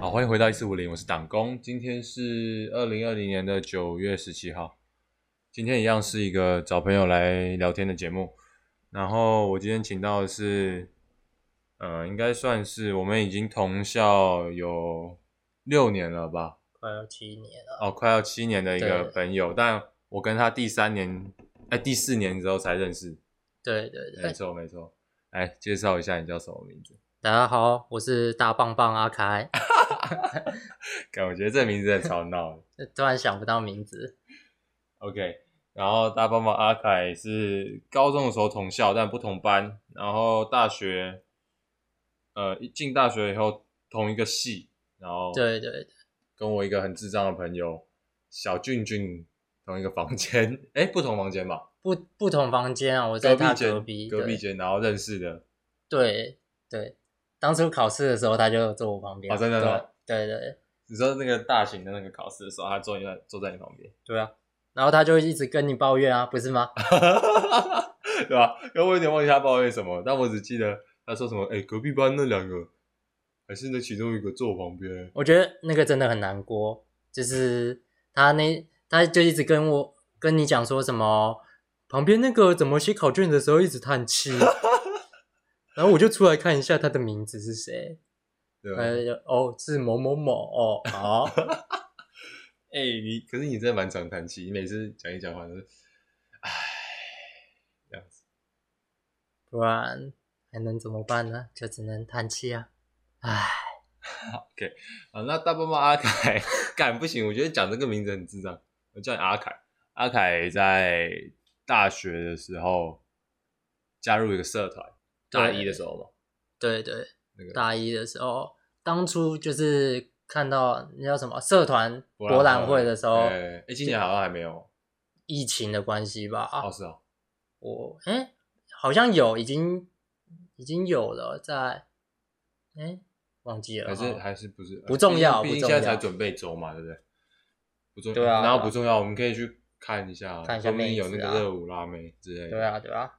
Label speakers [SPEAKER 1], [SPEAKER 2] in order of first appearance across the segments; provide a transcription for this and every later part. [SPEAKER 1] 好，欢迎回到一四五零，我是党工，今天是二零二零年的九月十七号，今天一样是一个找朋友来聊天的节目，然后我今天请到的是，呃，应该算是我们已经同校有六年了吧，
[SPEAKER 2] 快要七年了。
[SPEAKER 1] 哦，快要七年的一个
[SPEAKER 2] 对
[SPEAKER 1] 朋友，但我跟他第三年，哎，第四年之后才认识，
[SPEAKER 2] 对对对，
[SPEAKER 1] 没错没错，来介绍一下你叫什么名字？
[SPEAKER 2] 大家好，我是大棒棒阿开。
[SPEAKER 1] 看，我觉得这名字很吵闹的。
[SPEAKER 2] 突然想不到名字，
[SPEAKER 1] OK，然后大棒棒阿凯是高中的时候同校，但不同班。然后大学，呃，一进大学以后同一个系，然后
[SPEAKER 2] 对对对，
[SPEAKER 1] 跟我一个很智障的朋友小俊俊同一个房间， 哎，不同房间吧，
[SPEAKER 2] 不不同房间啊，我在他
[SPEAKER 1] 间，
[SPEAKER 2] 隔
[SPEAKER 1] 隔
[SPEAKER 2] 壁，
[SPEAKER 1] 壁间，然后认识的。
[SPEAKER 2] 对对对，当初考试的时候他就坐我旁边，
[SPEAKER 1] 哦真的吗
[SPEAKER 2] 对对对
[SPEAKER 1] 你说那个大型的那个考试的时候，他坐你那坐在你旁边，
[SPEAKER 2] 对啊，然后他就一直跟你抱怨啊，不是吗？
[SPEAKER 1] 对吧？因为我有点忘记他抱怨什么，但我只记得他说什么，哎，隔壁班那两个，还是那其中一个坐我旁边。
[SPEAKER 2] 我觉得那个真的很难过，就是他那他就一直跟我跟你讲说什么，旁边那个怎么写考卷的时候一直叹 气，然后我就出来看一下他的名字是谁，
[SPEAKER 1] 对吧，哎、
[SPEAKER 2] 呃，哦，是某某某哦， 好，
[SPEAKER 1] 哎你可是你真的蛮常叹气，你每次讲一讲话都是，唉，这样子。
[SPEAKER 2] 不然还能怎么办呢？就只能叹气啊，唉，
[SPEAKER 1] 啊，那大棒棒阿凯，干不行，我觉得讲这个名字很智障，我叫你阿凯。阿凯在大学的时候加入一个社团，大一的时候嘛，
[SPEAKER 2] 对对，
[SPEAKER 1] 那个
[SPEAKER 2] 大一的时候，当初就是看到那叫什么社团博
[SPEAKER 1] 博
[SPEAKER 2] 览会的时候，
[SPEAKER 1] 哎、哎今年好像还没有，
[SPEAKER 2] 疫情的关系吧，啊
[SPEAKER 1] 哦是哦，
[SPEAKER 2] 我哎、诶好像有，已经已经有了，在哎、忘记了，
[SPEAKER 1] 还是
[SPEAKER 2] 哦
[SPEAKER 1] 还是不是呃
[SPEAKER 2] 不重要
[SPEAKER 1] 毕竟
[SPEAKER 2] 不
[SPEAKER 1] 毕
[SPEAKER 2] 重
[SPEAKER 1] 竟现在
[SPEAKER 2] 要
[SPEAKER 1] 才准备周嘛，对不对？不重
[SPEAKER 2] 对啊
[SPEAKER 1] 然后不重要，我们可以去看一下，
[SPEAKER 2] 看一下
[SPEAKER 1] 说不定
[SPEAKER 2] 妹
[SPEAKER 1] 有
[SPEAKER 2] 子
[SPEAKER 1] 那
[SPEAKER 2] 啊
[SPEAKER 1] 个热舞辣妹之类的。
[SPEAKER 2] 对啊对啊，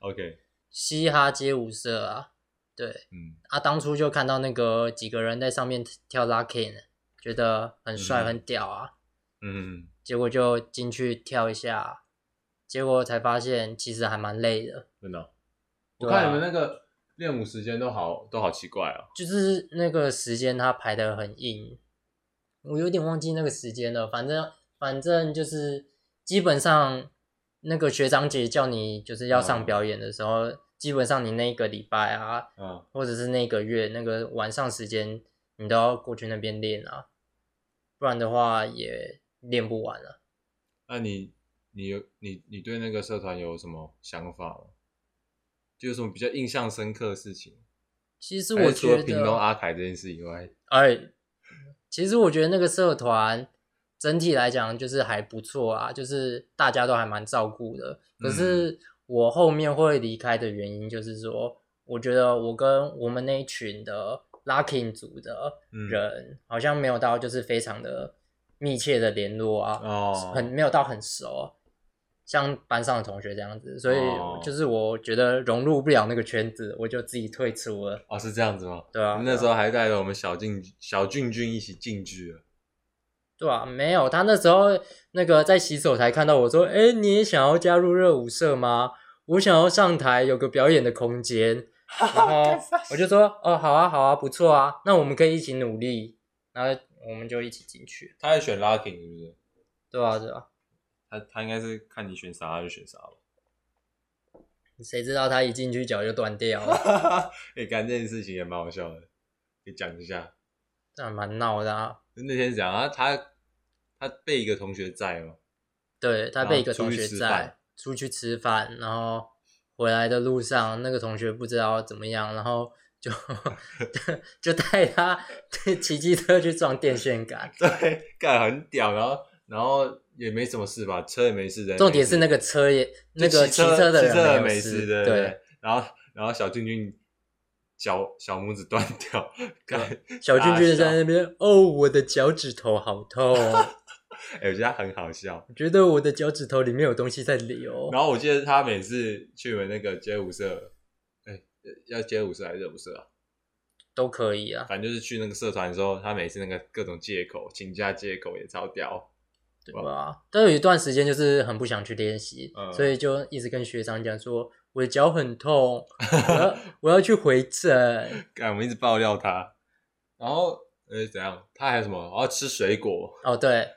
[SPEAKER 1] OK，
[SPEAKER 2] 嘻哈街舞社啊，对
[SPEAKER 1] 嗯，
[SPEAKER 2] 啊，当初就看到那个几个人在上面跳 locking，觉得很帅、
[SPEAKER 1] 嗯
[SPEAKER 2] 很屌啊，
[SPEAKER 1] 嗯，
[SPEAKER 2] 结果就进去跳一下，啊结果才发现其实还蛮累的，
[SPEAKER 1] 真的哦、我
[SPEAKER 2] 对啊
[SPEAKER 1] 看你们那个练舞时间都好都好奇怪哦。
[SPEAKER 2] 就是那个时间它排的很硬，我有点忘记那个时间了。反正反正就是基本上那个学长姐叫你就是要
[SPEAKER 1] 哦
[SPEAKER 2] 上表演的时候，基本上你那一个礼拜啊，
[SPEAKER 1] 嗯，
[SPEAKER 2] 或者是那个月那个晚上时间，你都要过去那边练啊，不然的话也练不完啊。
[SPEAKER 1] 那你你有你你对那个社团有什么想法吗？就有什么比较印象深刻的事情？
[SPEAKER 2] 其实
[SPEAKER 1] 还
[SPEAKER 2] 我
[SPEAKER 1] 是除
[SPEAKER 2] 觉
[SPEAKER 1] 了
[SPEAKER 2] 得
[SPEAKER 1] 屏东阿凯这件事以外，
[SPEAKER 2] 哎，其实我觉得那个社团整体来讲就是还不错啊，就是大家都还蛮照顾的。可
[SPEAKER 1] 嗯
[SPEAKER 2] 是我后面会离开的原因就是说，我觉得我跟我们那一群的 locking 组的
[SPEAKER 1] 嗯，
[SPEAKER 2] 人好像没有到就是非常的密切的联络啊，
[SPEAKER 1] 哦，
[SPEAKER 2] 很没有到很熟。像班上的同学这样子，所以
[SPEAKER 1] 哦
[SPEAKER 2] 就是我觉得融入不了那个圈子，我就自己退出了。
[SPEAKER 1] 哦是这样子吗？
[SPEAKER 2] 对啊，
[SPEAKER 1] 你们那时候还带着我们小俊小俊俊一起进去了，
[SPEAKER 2] 对啊，没有，他那时候那个在洗手台看到我说：“哎，你也想要加入热舞社吗？我想要上台有个表演的空间。”然后我就说：“哦，好啊，好啊，不错啊，那我们可以一起努力。”然后我们就一起进去。
[SPEAKER 1] 他还选 Lucky 是不是？
[SPEAKER 2] 对啊，对啊，
[SPEAKER 1] 他他应该是看你选啥他就选啥吧。
[SPEAKER 2] 谁知道他一进去脚就断掉 了，
[SPEAKER 1] 哈哈，哎，干这件事情也蛮好笑的，你讲一下。
[SPEAKER 2] 这样蛮闹的啊。
[SPEAKER 1] 那天讲啊，他他被一个同学载嘛，
[SPEAKER 2] 对他
[SPEAKER 1] 然后
[SPEAKER 2] 被一个
[SPEAKER 1] 出
[SPEAKER 2] 同
[SPEAKER 1] 去
[SPEAKER 2] 学
[SPEAKER 1] 吃
[SPEAKER 2] 载
[SPEAKER 1] 饭
[SPEAKER 2] 出去吃饭，然后回来的路上，那个同学不知道怎么样，然后 就 就带他骑机车去撞电线杆。
[SPEAKER 1] 对，干很屌，然后然后也没什么事吧，车也没事的。
[SPEAKER 2] 重点是那
[SPEAKER 1] 个
[SPEAKER 2] 个车也那个骑车的
[SPEAKER 1] 的
[SPEAKER 2] 人
[SPEAKER 1] 人
[SPEAKER 2] 没
[SPEAKER 1] 没
[SPEAKER 2] 有
[SPEAKER 1] 事
[SPEAKER 2] 事，
[SPEAKER 1] 对
[SPEAKER 2] 对，。
[SPEAKER 1] 然后然后小俊俊脚小拇指断掉， 干，
[SPEAKER 2] 小俊俊
[SPEAKER 1] 大
[SPEAKER 2] 在
[SPEAKER 1] 笑
[SPEAKER 2] 那边哦，我的脚趾头好痛，哦
[SPEAKER 1] 哎，我觉得他很好笑。
[SPEAKER 2] 我觉得我的脚趾头里面有东西在流。
[SPEAKER 1] 然后我记得他欸每次去我们那个街舞社，哎，要街舞社还是热舞社啊？
[SPEAKER 2] 都可以啊。
[SPEAKER 1] 反正就是去那个社团的时候，他每次那个各种借口，请假借口也超屌。
[SPEAKER 2] 对吧？但有一段时间就是很不想去练习，
[SPEAKER 1] 嗯
[SPEAKER 2] 所以就一直跟学长讲说，我的脚很痛，我 要我要去回诊。
[SPEAKER 1] 干，我们一直爆料他，然后呃怎样？他还有什么？哦，吃水果，
[SPEAKER 2] 哦，对，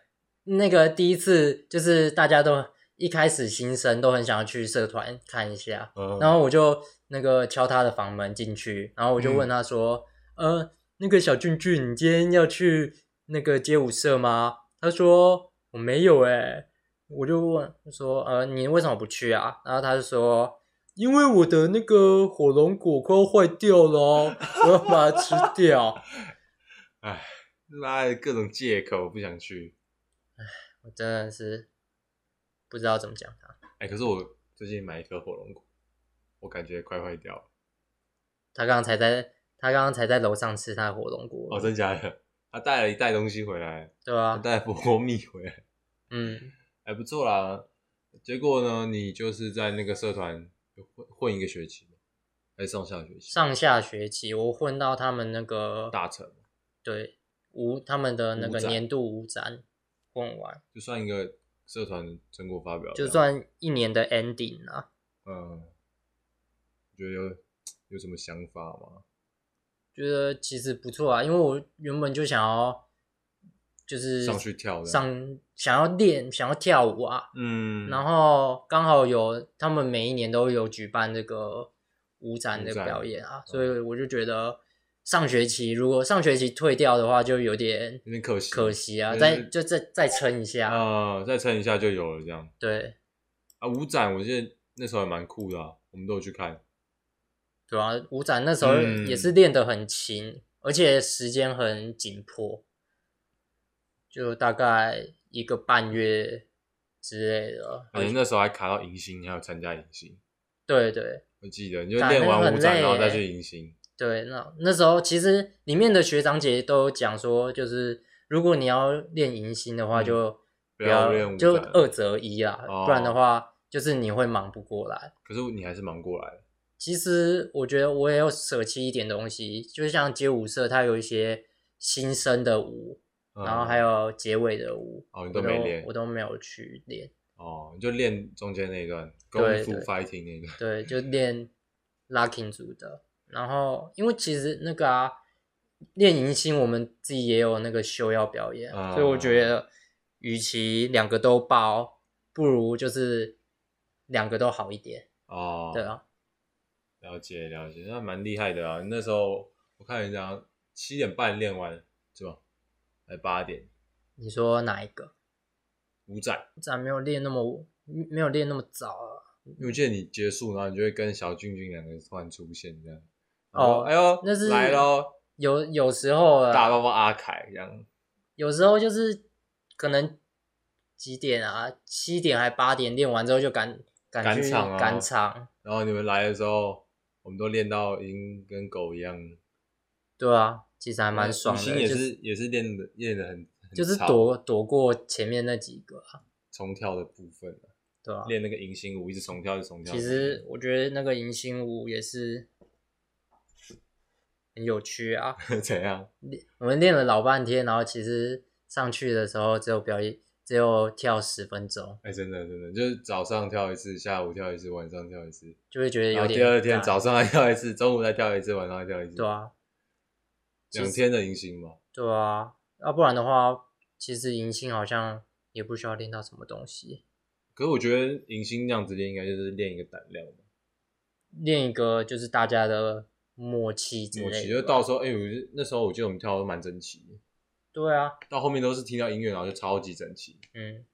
[SPEAKER 2] 那个第一次就是大家都一开始新生都很想要去社团看一下，
[SPEAKER 1] 嗯，
[SPEAKER 2] 然后我就那个敲他的房门进去，然后我就
[SPEAKER 1] 嗯
[SPEAKER 2] 问他说：“呃，那个小俊俊，你今天要去那个街舞社吗？”他说：“我没有诶、我就问说：“呃，你为什么不去啊？”然后他就说：“因为我的那个火龙果快要坏掉了哦，我要把它吃掉。
[SPEAKER 1] 哎，妈的各种借口不想去。”
[SPEAKER 2] 我真的是不知道怎么讲他，
[SPEAKER 1] 哎，可是我最近买一颗火龙果，我感觉快坏掉了。
[SPEAKER 2] 他刚刚才在他刚刚才在楼上吃他的火龙果，
[SPEAKER 1] 哦，真假的？他带了一袋东西回来，
[SPEAKER 2] 对
[SPEAKER 1] 他
[SPEAKER 2] 吧、
[SPEAKER 1] 带蜂蜜回来，
[SPEAKER 2] 嗯，
[SPEAKER 1] 还不错啦。结果呢，你就是在那个社团混混一个学期吗？还是上下学期？
[SPEAKER 2] 上下学期我混到他们那个
[SPEAKER 1] 大成嘛
[SPEAKER 2] 对舞他们的那
[SPEAKER 1] 舞
[SPEAKER 2] 个
[SPEAKER 1] 展
[SPEAKER 2] 年度舞展混完，
[SPEAKER 1] 就算一个社团的成果发表，
[SPEAKER 2] 就算一年的 ending 啊，
[SPEAKER 1] 嗯，觉得有有什么想法吗？
[SPEAKER 2] 觉得其实不错啊，因为我原本就想要就是
[SPEAKER 1] 上去跳的，
[SPEAKER 2] 上想要练想要跳舞啊，
[SPEAKER 1] 嗯，
[SPEAKER 2] 然后刚好有他们每一年都有举办这个舞展的
[SPEAKER 1] 舞展
[SPEAKER 2] 表演啊，所以我就觉得上学期如果上学期退掉的话，就有点
[SPEAKER 1] 有点可惜，
[SPEAKER 2] 可惜啊，
[SPEAKER 1] 嗯就是
[SPEAKER 2] 再就再再撑一下，
[SPEAKER 1] 啊、再撑一下就有了这样
[SPEAKER 2] 对
[SPEAKER 1] 啊。舞展我记得那时候也蛮酷的、啊，我们都有去看，
[SPEAKER 2] 对啊，舞展那时候
[SPEAKER 1] 嗯
[SPEAKER 2] 也是练得很勤，而且时间很紧迫，就大概一个半月之类的。
[SPEAKER 1] 而且那时候还卡到迎新，还有参加迎新，
[SPEAKER 2] 对对
[SPEAKER 1] 我记得你就
[SPEAKER 2] 干
[SPEAKER 1] 练
[SPEAKER 2] 那个
[SPEAKER 1] 完
[SPEAKER 2] 很
[SPEAKER 1] 舞展
[SPEAKER 2] 累欸
[SPEAKER 1] 然后再
[SPEAKER 2] 耶
[SPEAKER 1] 去迎新，
[SPEAKER 2] 对，那那时候其实里面的学长姐都有讲说，就是如果你要练迎新的话，
[SPEAKER 1] 嗯
[SPEAKER 2] 就
[SPEAKER 1] 不
[SPEAKER 2] 要
[SPEAKER 1] 要练舞
[SPEAKER 2] 就
[SPEAKER 1] 展
[SPEAKER 2] 二择一啦，
[SPEAKER 1] 哦
[SPEAKER 2] 不然的话就是你会忙不过来。
[SPEAKER 1] 可是你还是忙过来了，
[SPEAKER 2] 其实我觉得我也有舍弃一点东西，就像街舞社，它有一些新生的舞，
[SPEAKER 1] 嗯
[SPEAKER 2] 然后还有结尾的舞，
[SPEAKER 1] 哦，你
[SPEAKER 2] 我
[SPEAKER 1] 都没练
[SPEAKER 2] 我都没有去练，
[SPEAKER 1] 哦，你就练中间那一段功
[SPEAKER 2] 对
[SPEAKER 1] 夫
[SPEAKER 2] 对
[SPEAKER 1] fighting 那一段，
[SPEAKER 2] 对，就练 locking 组的。然后因为其实那个啊，练迎新我们自己也有那个秀要表演，
[SPEAKER 1] 啊
[SPEAKER 2] 所以我觉得，与其两个都包，不如就是两个都好一点，
[SPEAKER 1] 哦，
[SPEAKER 2] 对啊，
[SPEAKER 1] 了解了解，那蛮厉害的啊。那时候我看人家七点半练完是吧？还八点
[SPEAKER 2] 你说哪一个？
[SPEAKER 1] 舞展，
[SPEAKER 2] 咋没有练那么没有练那么早啊？
[SPEAKER 1] 因为我记得你结束，然后你就会跟小俊俊两个人突然出现这样。
[SPEAKER 2] 哦
[SPEAKER 1] 然后哎呦，
[SPEAKER 2] 那是
[SPEAKER 1] 来喽，
[SPEAKER 2] 有有时候
[SPEAKER 1] 大
[SPEAKER 2] 啊，
[SPEAKER 1] 包包阿凯这样。
[SPEAKER 2] 有时候就是可能几点啊，七点还八点练完之后就赶赶
[SPEAKER 1] 赶
[SPEAKER 2] 去
[SPEAKER 1] 场啊
[SPEAKER 2] 赶场，
[SPEAKER 1] 然后你们来的时候，我们都练到已经跟狗一样，
[SPEAKER 2] 对啊，其实还蛮爽
[SPEAKER 1] 雨
[SPEAKER 2] 的，
[SPEAKER 1] 欣哦也
[SPEAKER 2] 就是
[SPEAKER 1] 也是练的练的很，很
[SPEAKER 2] 就是
[SPEAKER 1] 吵
[SPEAKER 2] 躲躲过前面那几个啊，
[SPEAKER 1] 重跳的部分啊，
[SPEAKER 2] 对啊，
[SPEAKER 1] 练那个迎新舞，一直重跳，一直重跳。
[SPEAKER 2] 其实我觉得那个迎新舞也是很有趣啊，
[SPEAKER 1] 怎样？
[SPEAKER 2] 我们练了老半天，然后其实上去的时候只有表演只有跳十分钟，
[SPEAKER 1] 哎、真的真的，就是早上跳一次，下午跳一次，晚上跳一次，
[SPEAKER 2] 就会觉得
[SPEAKER 1] 然
[SPEAKER 2] 有
[SPEAKER 1] 后
[SPEAKER 2] 点
[SPEAKER 1] 第二天
[SPEAKER 2] 尬
[SPEAKER 1] 早上再跳一次，中午再跳一次，晚上再跳一次，
[SPEAKER 2] 对，啊，
[SPEAKER 1] 两天的迎新嘛。
[SPEAKER 2] 对啊，要、不然的话，其实迎新好像也不需要练到什么东西，
[SPEAKER 1] 可是我觉得迎新这样子练，应该就是练一个胆量嘛，
[SPEAKER 2] 练一个就是大家的默契之
[SPEAKER 1] 默契。
[SPEAKER 2] 类
[SPEAKER 1] 就
[SPEAKER 2] 的吧。
[SPEAKER 1] 到时候，哎、我觉得那时候我记得我们跳的蛮整齐的，
[SPEAKER 2] 对啊，
[SPEAKER 1] 到后面都是听到音乐，然后就超级整齐。
[SPEAKER 2] 嗯，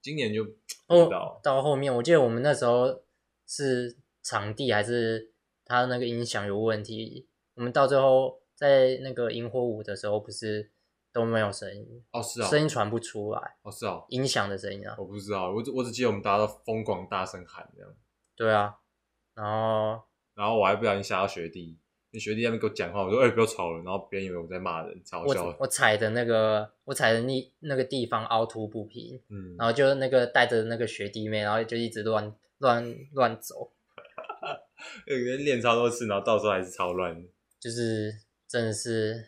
[SPEAKER 1] 今年就不知
[SPEAKER 2] 哦
[SPEAKER 1] 道，，
[SPEAKER 2] 到后面我记得我们那时候是场地还是他那个音响有问题，我们到最后在那个萤火舞的时候不是都没有声音，
[SPEAKER 1] 哦是啊、
[SPEAKER 2] 声音传不出来，
[SPEAKER 1] 哦是啊、
[SPEAKER 2] 音响的声音啊，
[SPEAKER 1] 我不知道，我只我只记得我们大家都疯狂大声喊这样，
[SPEAKER 2] 对啊，然后
[SPEAKER 1] 然后我还不小心吓到学弟，那学弟在那边给我讲话，我说哎、不要吵了，然后别人以为我在骂人，超好笑
[SPEAKER 2] 我
[SPEAKER 1] 的。
[SPEAKER 2] 我踩的那个我踩的那那个地方凹凸不平。
[SPEAKER 1] 嗯，
[SPEAKER 2] 然后就那个带着那个学弟妹，然后就一直乱乱乱走，
[SPEAKER 1] 有人练超多次，然后到时候还是超乱的。
[SPEAKER 2] 就是真的是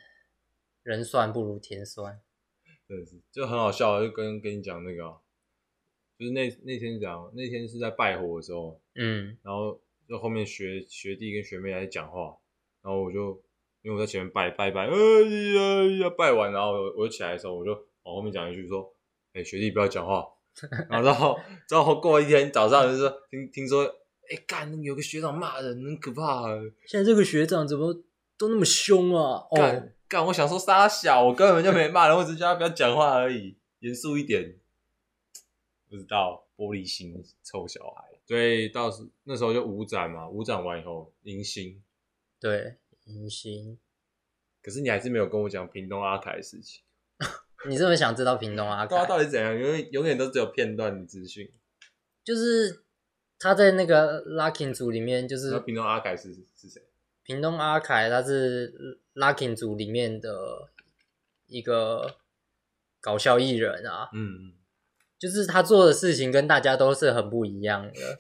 [SPEAKER 2] 人算不如天算。
[SPEAKER 1] 真的是就很好笑，啊就跟跟你讲那个啊、就是那那天讲那天是在拜火的时候，
[SPEAKER 2] 嗯，
[SPEAKER 1] 然后就后面学学弟跟学妹来讲话，然后我就因为我在前面拜拜拜，哎呀呀拜完，然后我我就起来的时候，我就往后面讲一句说，哎、学弟不要讲话，然后然后之后过一天早上就是听听说，哎、干有个学长骂人很可怕、啊
[SPEAKER 2] 现在这个学长怎么都那么凶啊？
[SPEAKER 1] 干、
[SPEAKER 2] 哦，
[SPEAKER 1] 干，我想说杀小，我根本就没骂人，我只是叫他不要讲话而已，严肃一点。不知道，玻璃心，臭小孩。所以到时那时候就五展嘛，五展完以后迎新，
[SPEAKER 2] 对，迎新。
[SPEAKER 1] 可是你还是没有跟我讲屏东阿凯的事情，
[SPEAKER 2] 你这么想知道屏东阿
[SPEAKER 1] 不知道
[SPEAKER 2] 凯？
[SPEAKER 1] 啊到底怎样，永远永远都只有片段的资讯。
[SPEAKER 2] 就是他在那个 Lucky 组里面，就
[SPEAKER 1] 那
[SPEAKER 2] 是
[SPEAKER 1] 屏东阿凯是是谁？
[SPEAKER 2] 屏东阿凯，他是 Lucky 组里面的一个搞笑艺人啊。
[SPEAKER 1] 嗯，
[SPEAKER 2] 就是他做的事情跟大家都是很不一样的。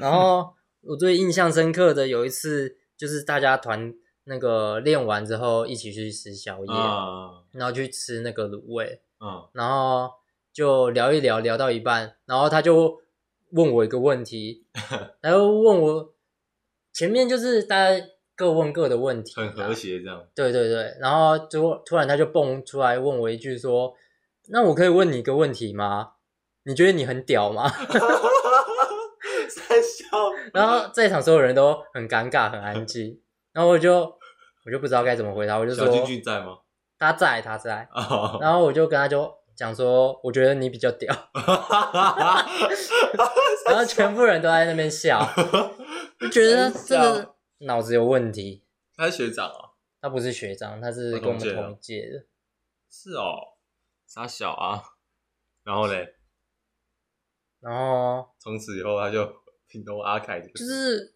[SPEAKER 2] 然后我最印象深刻的有一次，就是大家团那个练完之后一起去吃宵夜，
[SPEAKER 1] 啊，
[SPEAKER 2] 然后去吃那个卤味，
[SPEAKER 1] 嗯，
[SPEAKER 2] 然后就聊一聊，聊到一半，然后他就问我一个 问题，然后问我前面就是大家各问各的问题，
[SPEAKER 1] 很和谐这样。
[SPEAKER 2] 对对对，然后就突然他就蹦出来问我一句说：“那我可以问你一个问题吗？你觉得你很屌吗
[SPEAKER 1] 三笑，？”
[SPEAKER 2] 然后在场所有人都很尴尬，很安静。然后我就我就不知道该怎么回答，我就
[SPEAKER 1] 小
[SPEAKER 2] 说
[SPEAKER 1] 君君在吗？
[SPEAKER 2] 他在他在，
[SPEAKER 1] 啊，”
[SPEAKER 2] 然后我就跟他就讲说：“我觉得你比较屌。然后全部人都在那边笑，就觉得他真
[SPEAKER 1] 真
[SPEAKER 2] 的
[SPEAKER 1] 笑
[SPEAKER 2] 脑子有问题。
[SPEAKER 1] 他是学长啊，
[SPEAKER 2] 他不是学长，他是跟我
[SPEAKER 1] 他
[SPEAKER 2] 们
[SPEAKER 1] 同届的
[SPEAKER 2] 同一届的。
[SPEAKER 1] 是哦，傻小啊。然后嘞，
[SPEAKER 2] 然后
[SPEAKER 1] 从此以后他就屏东阿凯这个
[SPEAKER 2] 就
[SPEAKER 1] 字，
[SPEAKER 2] 是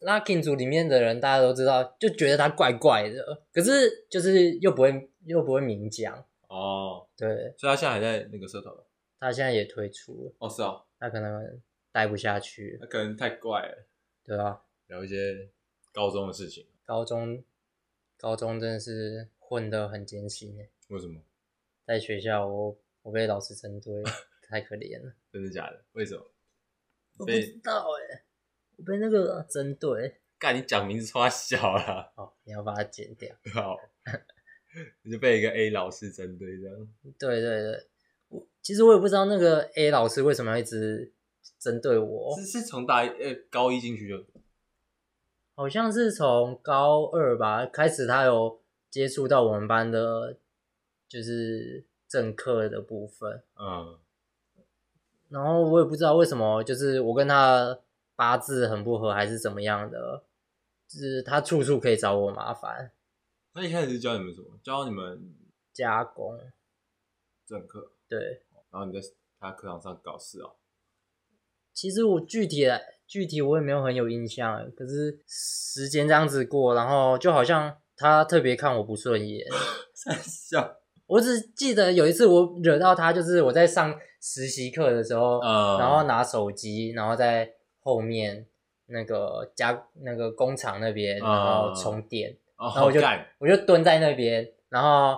[SPEAKER 2] Lucky 组里面的人，大家都知道，就觉得他怪怪的，可是就是又不会又不会明讲。
[SPEAKER 1] 哦，
[SPEAKER 2] 对
[SPEAKER 1] 所以他现在还在那个社团吗
[SPEAKER 2] 他现在也退出了，
[SPEAKER 1] 哦，是哦，
[SPEAKER 2] 他可能待不下去
[SPEAKER 1] 那
[SPEAKER 2] 了，
[SPEAKER 1] 可能太怪了，
[SPEAKER 2] 对吧、
[SPEAKER 1] 聊一些高中的事情，
[SPEAKER 2] 高中高中真的是混得很艰辛耶，
[SPEAKER 1] 为什么？
[SPEAKER 2] 在学校我我被老师针对，太可怜了。
[SPEAKER 1] 真的假的？为什么？
[SPEAKER 2] 我不
[SPEAKER 1] 被
[SPEAKER 2] 知道哎，我被那个针对。
[SPEAKER 1] 干你讲名字差小啦，
[SPEAKER 2] 哦，你要把它剪掉。
[SPEAKER 1] 好，你就被一个 A 老师针对这样，
[SPEAKER 2] 对对对，我其实我也不知道那个 A 老师为什么要一直针对我。
[SPEAKER 1] 是是从大一呃高一进去就
[SPEAKER 2] 好像是从高二吧开始，他有接触到我们班的，就是政课的部分。
[SPEAKER 1] 嗯
[SPEAKER 2] 然后我也不知道为什么，就是我跟他八字很不合，还是怎么样的，就是他处处可以找我麻烦。
[SPEAKER 1] 那一开始是教你们什么？教你们
[SPEAKER 2] 加工，
[SPEAKER 1] 政课，
[SPEAKER 2] 对，
[SPEAKER 1] 然后你在他课堂上搞事 哦。
[SPEAKER 2] 其实我具体来具体我也没有很有印象，可是时间这样子过，然后就好像他特别看我不顺眼，
[SPEAKER 1] 三笑，
[SPEAKER 2] 我只记得有一次我惹到他，就是我在上实习课的时候，
[SPEAKER 1] 嗯
[SPEAKER 2] 然后拿手机，然后在后面那个加那个工厂那边，
[SPEAKER 1] 嗯
[SPEAKER 2] 然后充电，
[SPEAKER 1] 然
[SPEAKER 2] 然后我
[SPEAKER 1] 哦
[SPEAKER 2] 就
[SPEAKER 1] 干，
[SPEAKER 2] 我就蹲在那边，然后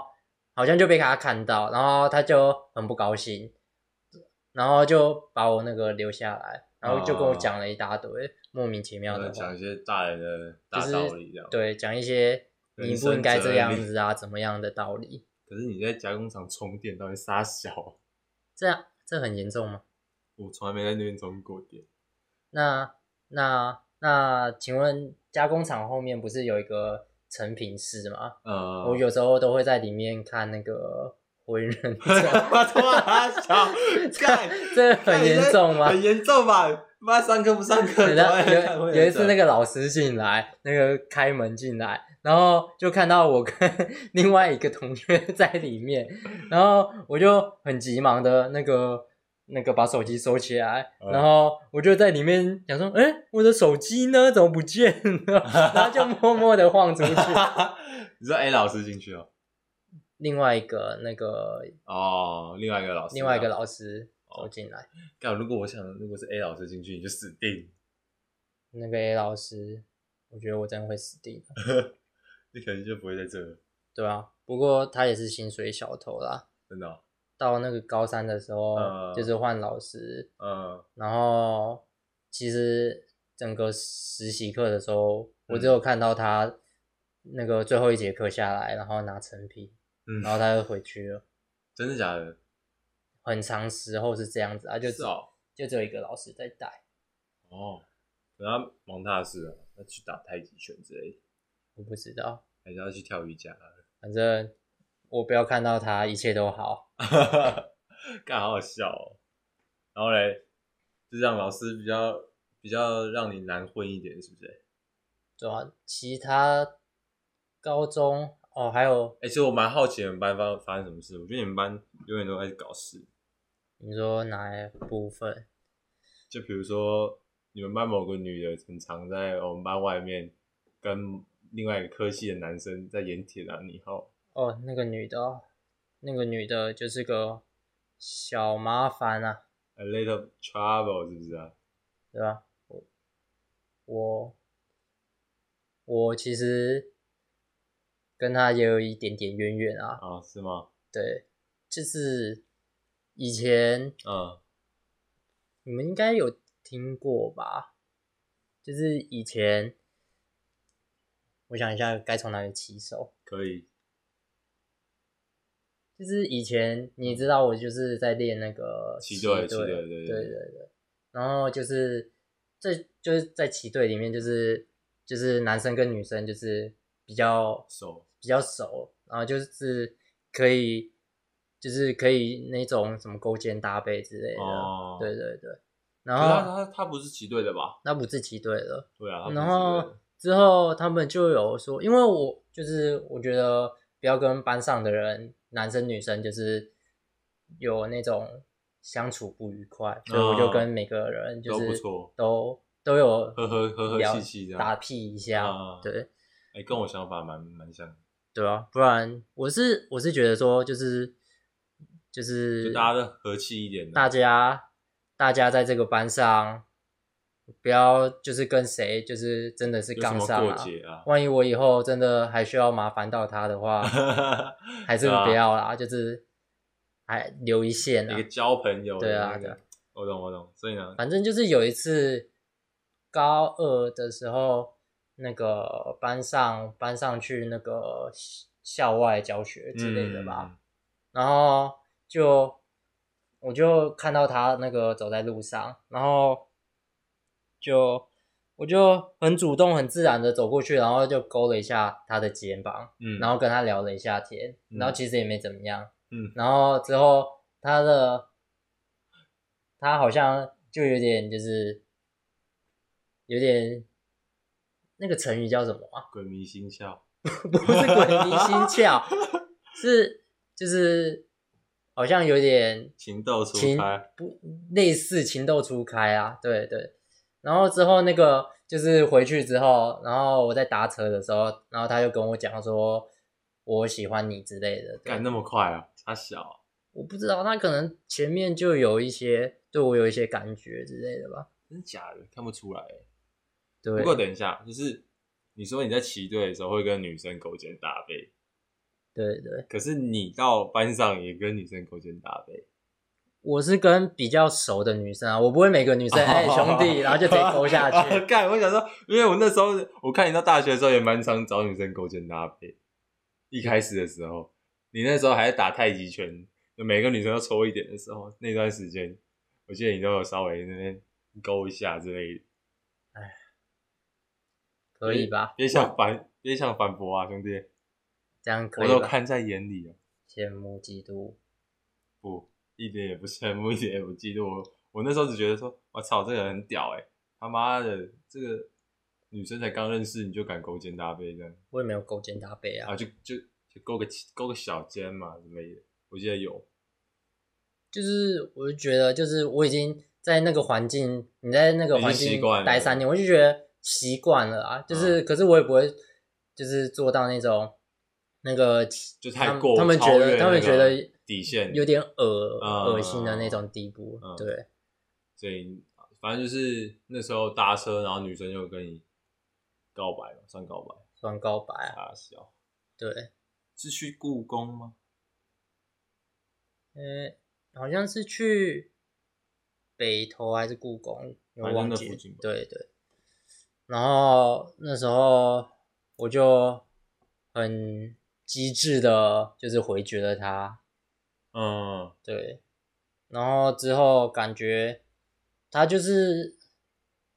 [SPEAKER 2] 好像就被他看到，然后他就很不高兴，然后就把我那个留下来，然后就跟我讲了一大堆、莫名其妙的
[SPEAKER 1] 嗯
[SPEAKER 2] 话
[SPEAKER 1] 呃讲一，些大人的大道理这样。
[SPEAKER 2] 对，讲一些你
[SPEAKER 1] 人
[SPEAKER 2] 不
[SPEAKER 1] 生
[SPEAKER 2] 应该
[SPEAKER 1] 哲
[SPEAKER 2] 这样
[SPEAKER 1] 理
[SPEAKER 2] 子啊，怎么样的道理，
[SPEAKER 1] 可是你在加工厂充电，到底傻小？啊
[SPEAKER 2] 这样这很严重吗？
[SPEAKER 1] 我从来没在那边充过电。
[SPEAKER 2] 那那那，请问加工厂后面不是有一个成品室吗？
[SPEAKER 1] 呃，，
[SPEAKER 2] 我有时候都会在里面看那个《火影 忍者》
[SPEAKER 1] 我他妈傻
[SPEAKER 2] 这
[SPEAKER 1] 小，干，
[SPEAKER 2] 这很严重吗？
[SPEAKER 1] 很严重吧？妈上课不上 课，
[SPEAKER 2] 然后
[SPEAKER 1] 有
[SPEAKER 2] 有有一次那
[SPEAKER 1] 个
[SPEAKER 2] 个老师进来，那个开门进来，然后就看到我跟 另外一个同学 在里面，然后我就很急忙的那个那个把手机收起来，
[SPEAKER 1] 嗯
[SPEAKER 2] 然后我就在里面想说，哎，我的手机呢？怎么不见了？ 然后就默默的晃出去。
[SPEAKER 1] 你说 A 老师进去哦，
[SPEAKER 2] 另外一个那个
[SPEAKER 1] 哦，另外一个老师，
[SPEAKER 2] 另外一个老师
[SPEAKER 1] 哦
[SPEAKER 2] 走进来，
[SPEAKER 1] 干，如果我想，如果是 A 老师进去，你就死定。
[SPEAKER 2] 那个 A 老师，我觉得我真的会死定了。
[SPEAKER 1] 你可能就不会在这了，
[SPEAKER 2] 对啊，不过他也是薪水小偷啦。
[SPEAKER 1] 真的哦、
[SPEAKER 2] 到那个高三的时候，
[SPEAKER 1] 嗯
[SPEAKER 2] 就是换老师，
[SPEAKER 1] 嗯，
[SPEAKER 2] 然后其实整个实习课的时候，我
[SPEAKER 1] 嗯
[SPEAKER 2] 只有看到他那个最后一节课下来，然后拿成品，
[SPEAKER 1] 嗯
[SPEAKER 2] 然后他就回去了。
[SPEAKER 1] 真的假的？
[SPEAKER 2] 很长时候是这样子啊，就只
[SPEAKER 1] 是哦，
[SPEAKER 2] 就只有一个老师在带，
[SPEAKER 1] 哦，等他忙他的事啊，他去打太极拳之类的，
[SPEAKER 2] 我不知道，
[SPEAKER 1] 还是要去跳瑜伽啊？
[SPEAKER 2] 反正我不要看到他，一切都好。
[SPEAKER 1] 干好好笑哦。然后嘞，就让老师比较比较让你难混一点，是不是？
[SPEAKER 2] 对啊，其他高中哦，还有
[SPEAKER 1] 哎、其实我蛮好奇你们班发发生什么事，我觉得你们班永远都在搞事。
[SPEAKER 2] 你说哪一部分？
[SPEAKER 1] 就比如说，你们班某个女的很常在我们班外面跟另外一个科系的男生在演铁达尼号。
[SPEAKER 2] 哦，那个女的哦，那个女的就是个小麻烦啊，
[SPEAKER 1] A little trouble 是不是啊？
[SPEAKER 2] 对吧？我我我其实跟她也有一点点渊源啊，
[SPEAKER 1] 啊，是吗？
[SPEAKER 2] 对，就是以前
[SPEAKER 1] 嗯，
[SPEAKER 2] 你们应该有听过吧？就是以前，我想一下该从哪里起手。
[SPEAKER 1] 可以。
[SPEAKER 2] 就是以前你知道我就是在练那个
[SPEAKER 1] 旗队
[SPEAKER 2] 队，对
[SPEAKER 1] 旗队
[SPEAKER 2] 对
[SPEAKER 1] 对对
[SPEAKER 2] 对对然后就是这就是在旗队里面，就是就是男生跟女生就是比较
[SPEAKER 1] 手
[SPEAKER 2] 比较熟，然后就是可以就是可以那种什么勾肩搭背之类的，啊
[SPEAKER 1] 哦，
[SPEAKER 2] 对对对。
[SPEAKER 1] 可
[SPEAKER 2] 然
[SPEAKER 1] 是他
[SPEAKER 2] 后
[SPEAKER 1] 他他不是旗队的吧？
[SPEAKER 2] 那不是旗队了，
[SPEAKER 1] 对啊，他不是
[SPEAKER 2] 啊然
[SPEAKER 1] 旗队
[SPEAKER 2] 后
[SPEAKER 1] 的
[SPEAKER 2] 之后他们就有说，因为我就是我觉得不要跟班上的人，男生女生就是有那种相处不愉快，所以我就跟每个人
[SPEAKER 1] 嗯
[SPEAKER 2] 就
[SPEAKER 1] 都不
[SPEAKER 2] 是
[SPEAKER 1] 错
[SPEAKER 2] 都都有
[SPEAKER 1] 呵呵呵呵
[SPEAKER 2] 聊
[SPEAKER 1] 气气这
[SPEAKER 2] 打
[SPEAKER 1] 样。
[SPEAKER 2] 屁一下，
[SPEAKER 1] 啊
[SPEAKER 2] 对
[SPEAKER 1] 哎、跟我想法蛮蛮像的，
[SPEAKER 2] 对啊，不然我是我是觉得说就是就是
[SPEAKER 1] 就大家都和气一点的。
[SPEAKER 2] 大家大家在这个班上。不要就是跟谁就是真的是
[SPEAKER 1] 有什
[SPEAKER 2] 杠
[SPEAKER 1] 么
[SPEAKER 2] 上
[SPEAKER 1] 过
[SPEAKER 2] 啊，
[SPEAKER 1] 节啊？
[SPEAKER 2] 万一我以后真的还需要麻烦到他的 话， 还是不要啊啦，就是还留一线
[SPEAKER 1] 啊一
[SPEAKER 2] 啊
[SPEAKER 1] 个。交朋友的
[SPEAKER 2] 对啊
[SPEAKER 1] 那个
[SPEAKER 2] 对啊
[SPEAKER 1] 我懂我懂。所以呢，
[SPEAKER 2] 反正就是有一次高二的时候，那个班上班上去那个校校外教学之类的吧，
[SPEAKER 1] 嗯
[SPEAKER 2] 然后就我就看到他那个走在路上，然后就我就很主动很自然的走过去，然后就勾了一下他的肩膀。
[SPEAKER 1] 嗯，
[SPEAKER 2] 然后跟他聊了一下天，
[SPEAKER 1] 嗯
[SPEAKER 2] 然后其实也没怎么样，
[SPEAKER 1] 嗯
[SPEAKER 2] 然后之后他的他好像就有点就是有点那个成语叫什么啊？
[SPEAKER 1] 鬼迷心窍，
[SPEAKER 2] 不是鬼迷心 窍，是就是好像有点
[SPEAKER 1] 情窦初
[SPEAKER 2] 情
[SPEAKER 1] 开，
[SPEAKER 2] 不类似情窦初开啊，对对。然后之后那个就是回去之后，然后我在搭车的时候，然后他就跟我讲说我喜欢你之类的。对
[SPEAKER 1] 干那么快啊？他小啊，
[SPEAKER 2] 我不知道他可能前面就有一些对我有一些感觉之类的吧。
[SPEAKER 1] 真的假的？看不出来欸。
[SPEAKER 2] 对
[SPEAKER 1] 不，过等一下，就是你说你在骑队的时候会跟女生勾肩搭背，
[SPEAKER 2] 对对，
[SPEAKER 1] 可是你到班上也跟女生勾肩搭背，
[SPEAKER 2] 我是跟比较熟的女生啊，我不会每个女生
[SPEAKER 1] 哦
[SPEAKER 2] 哎、兄 弟，然后就直接勾下去。
[SPEAKER 1] 干，我想说，因为我那时候我看你到大学的时候也蛮常找女生勾肩搭背，一开始的时候，你那时候还在打太极拳，就每个女生都抽一点的时候，那段时间，我记得你都有稍微那边勾一下之类的，
[SPEAKER 2] 可以吧？
[SPEAKER 1] 别想反，别想反驳啊，兄弟，
[SPEAKER 2] 这样可
[SPEAKER 1] 我
[SPEAKER 2] 以
[SPEAKER 1] 都
[SPEAKER 2] 吧？
[SPEAKER 1] 看在眼里啊。
[SPEAKER 2] 羡慕嫉妒，
[SPEAKER 1] 不，一点也不羡慕，一点也不嫉妒。我我那时候只觉得说，我操，这个人很屌哎、他妈的，这个女生才刚认识你就敢勾肩搭背这样
[SPEAKER 2] 我也没有勾肩搭背啊
[SPEAKER 1] 啊，就就就勾个勾个小肩嘛之类的，我记得有，
[SPEAKER 2] 就是我就觉得，就是我已经在那个环境，你在那个环
[SPEAKER 1] 已经
[SPEAKER 2] 境
[SPEAKER 1] 习惯了嗯
[SPEAKER 2] 待三年，我就觉得习惯了啊。就是，可是我也不会，就是做到那种那个
[SPEAKER 1] 就
[SPEAKER 2] 他
[SPEAKER 1] 太
[SPEAKER 2] 们
[SPEAKER 1] 过
[SPEAKER 2] 他们
[SPEAKER 1] 超
[SPEAKER 2] 觉
[SPEAKER 1] 越
[SPEAKER 2] 得他们
[SPEAKER 1] 那
[SPEAKER 2] 觉
[SPEAKER 1] 个
[SPEAKER 2] 得
[SPEAKER 1] 底线
[SPEAKER 2] 有点恶
[SPEAKER 1] 嗯
[SPEAKER 2] 恶心的那种地步。
[SPEAKER 1] 嗯
[SPEAKER 2] 对，
[SPEAKER 1] 所以啊反正就是那时候搭车，然后女生就跟你告白嘛，算告白，
[SPEAKER 2] 短告白啊，
[SPEAKER 3] 傻小，
[SPEAKER 2] 对，
[SPEAKER 3] 是去故宫吗？
[SPEAKER 2] 嗯，好像是去北投还是故宫，我
[SPEAKER 3] 反正
[SPEAKER 2] 忘
[SPEAKER 3] 那
[SPEAKER 2] 记
[SPEAKER 3] 附
[SPEAKER 2] 了
[SPEAKER 3] 近吧。
[SPEAKER 2] 对对。然后那时候我就很机智的，就是回绝了他。
[SPEAKER 1] 嗯，
[SPEAKER 2] 对，然后之后感觉他就是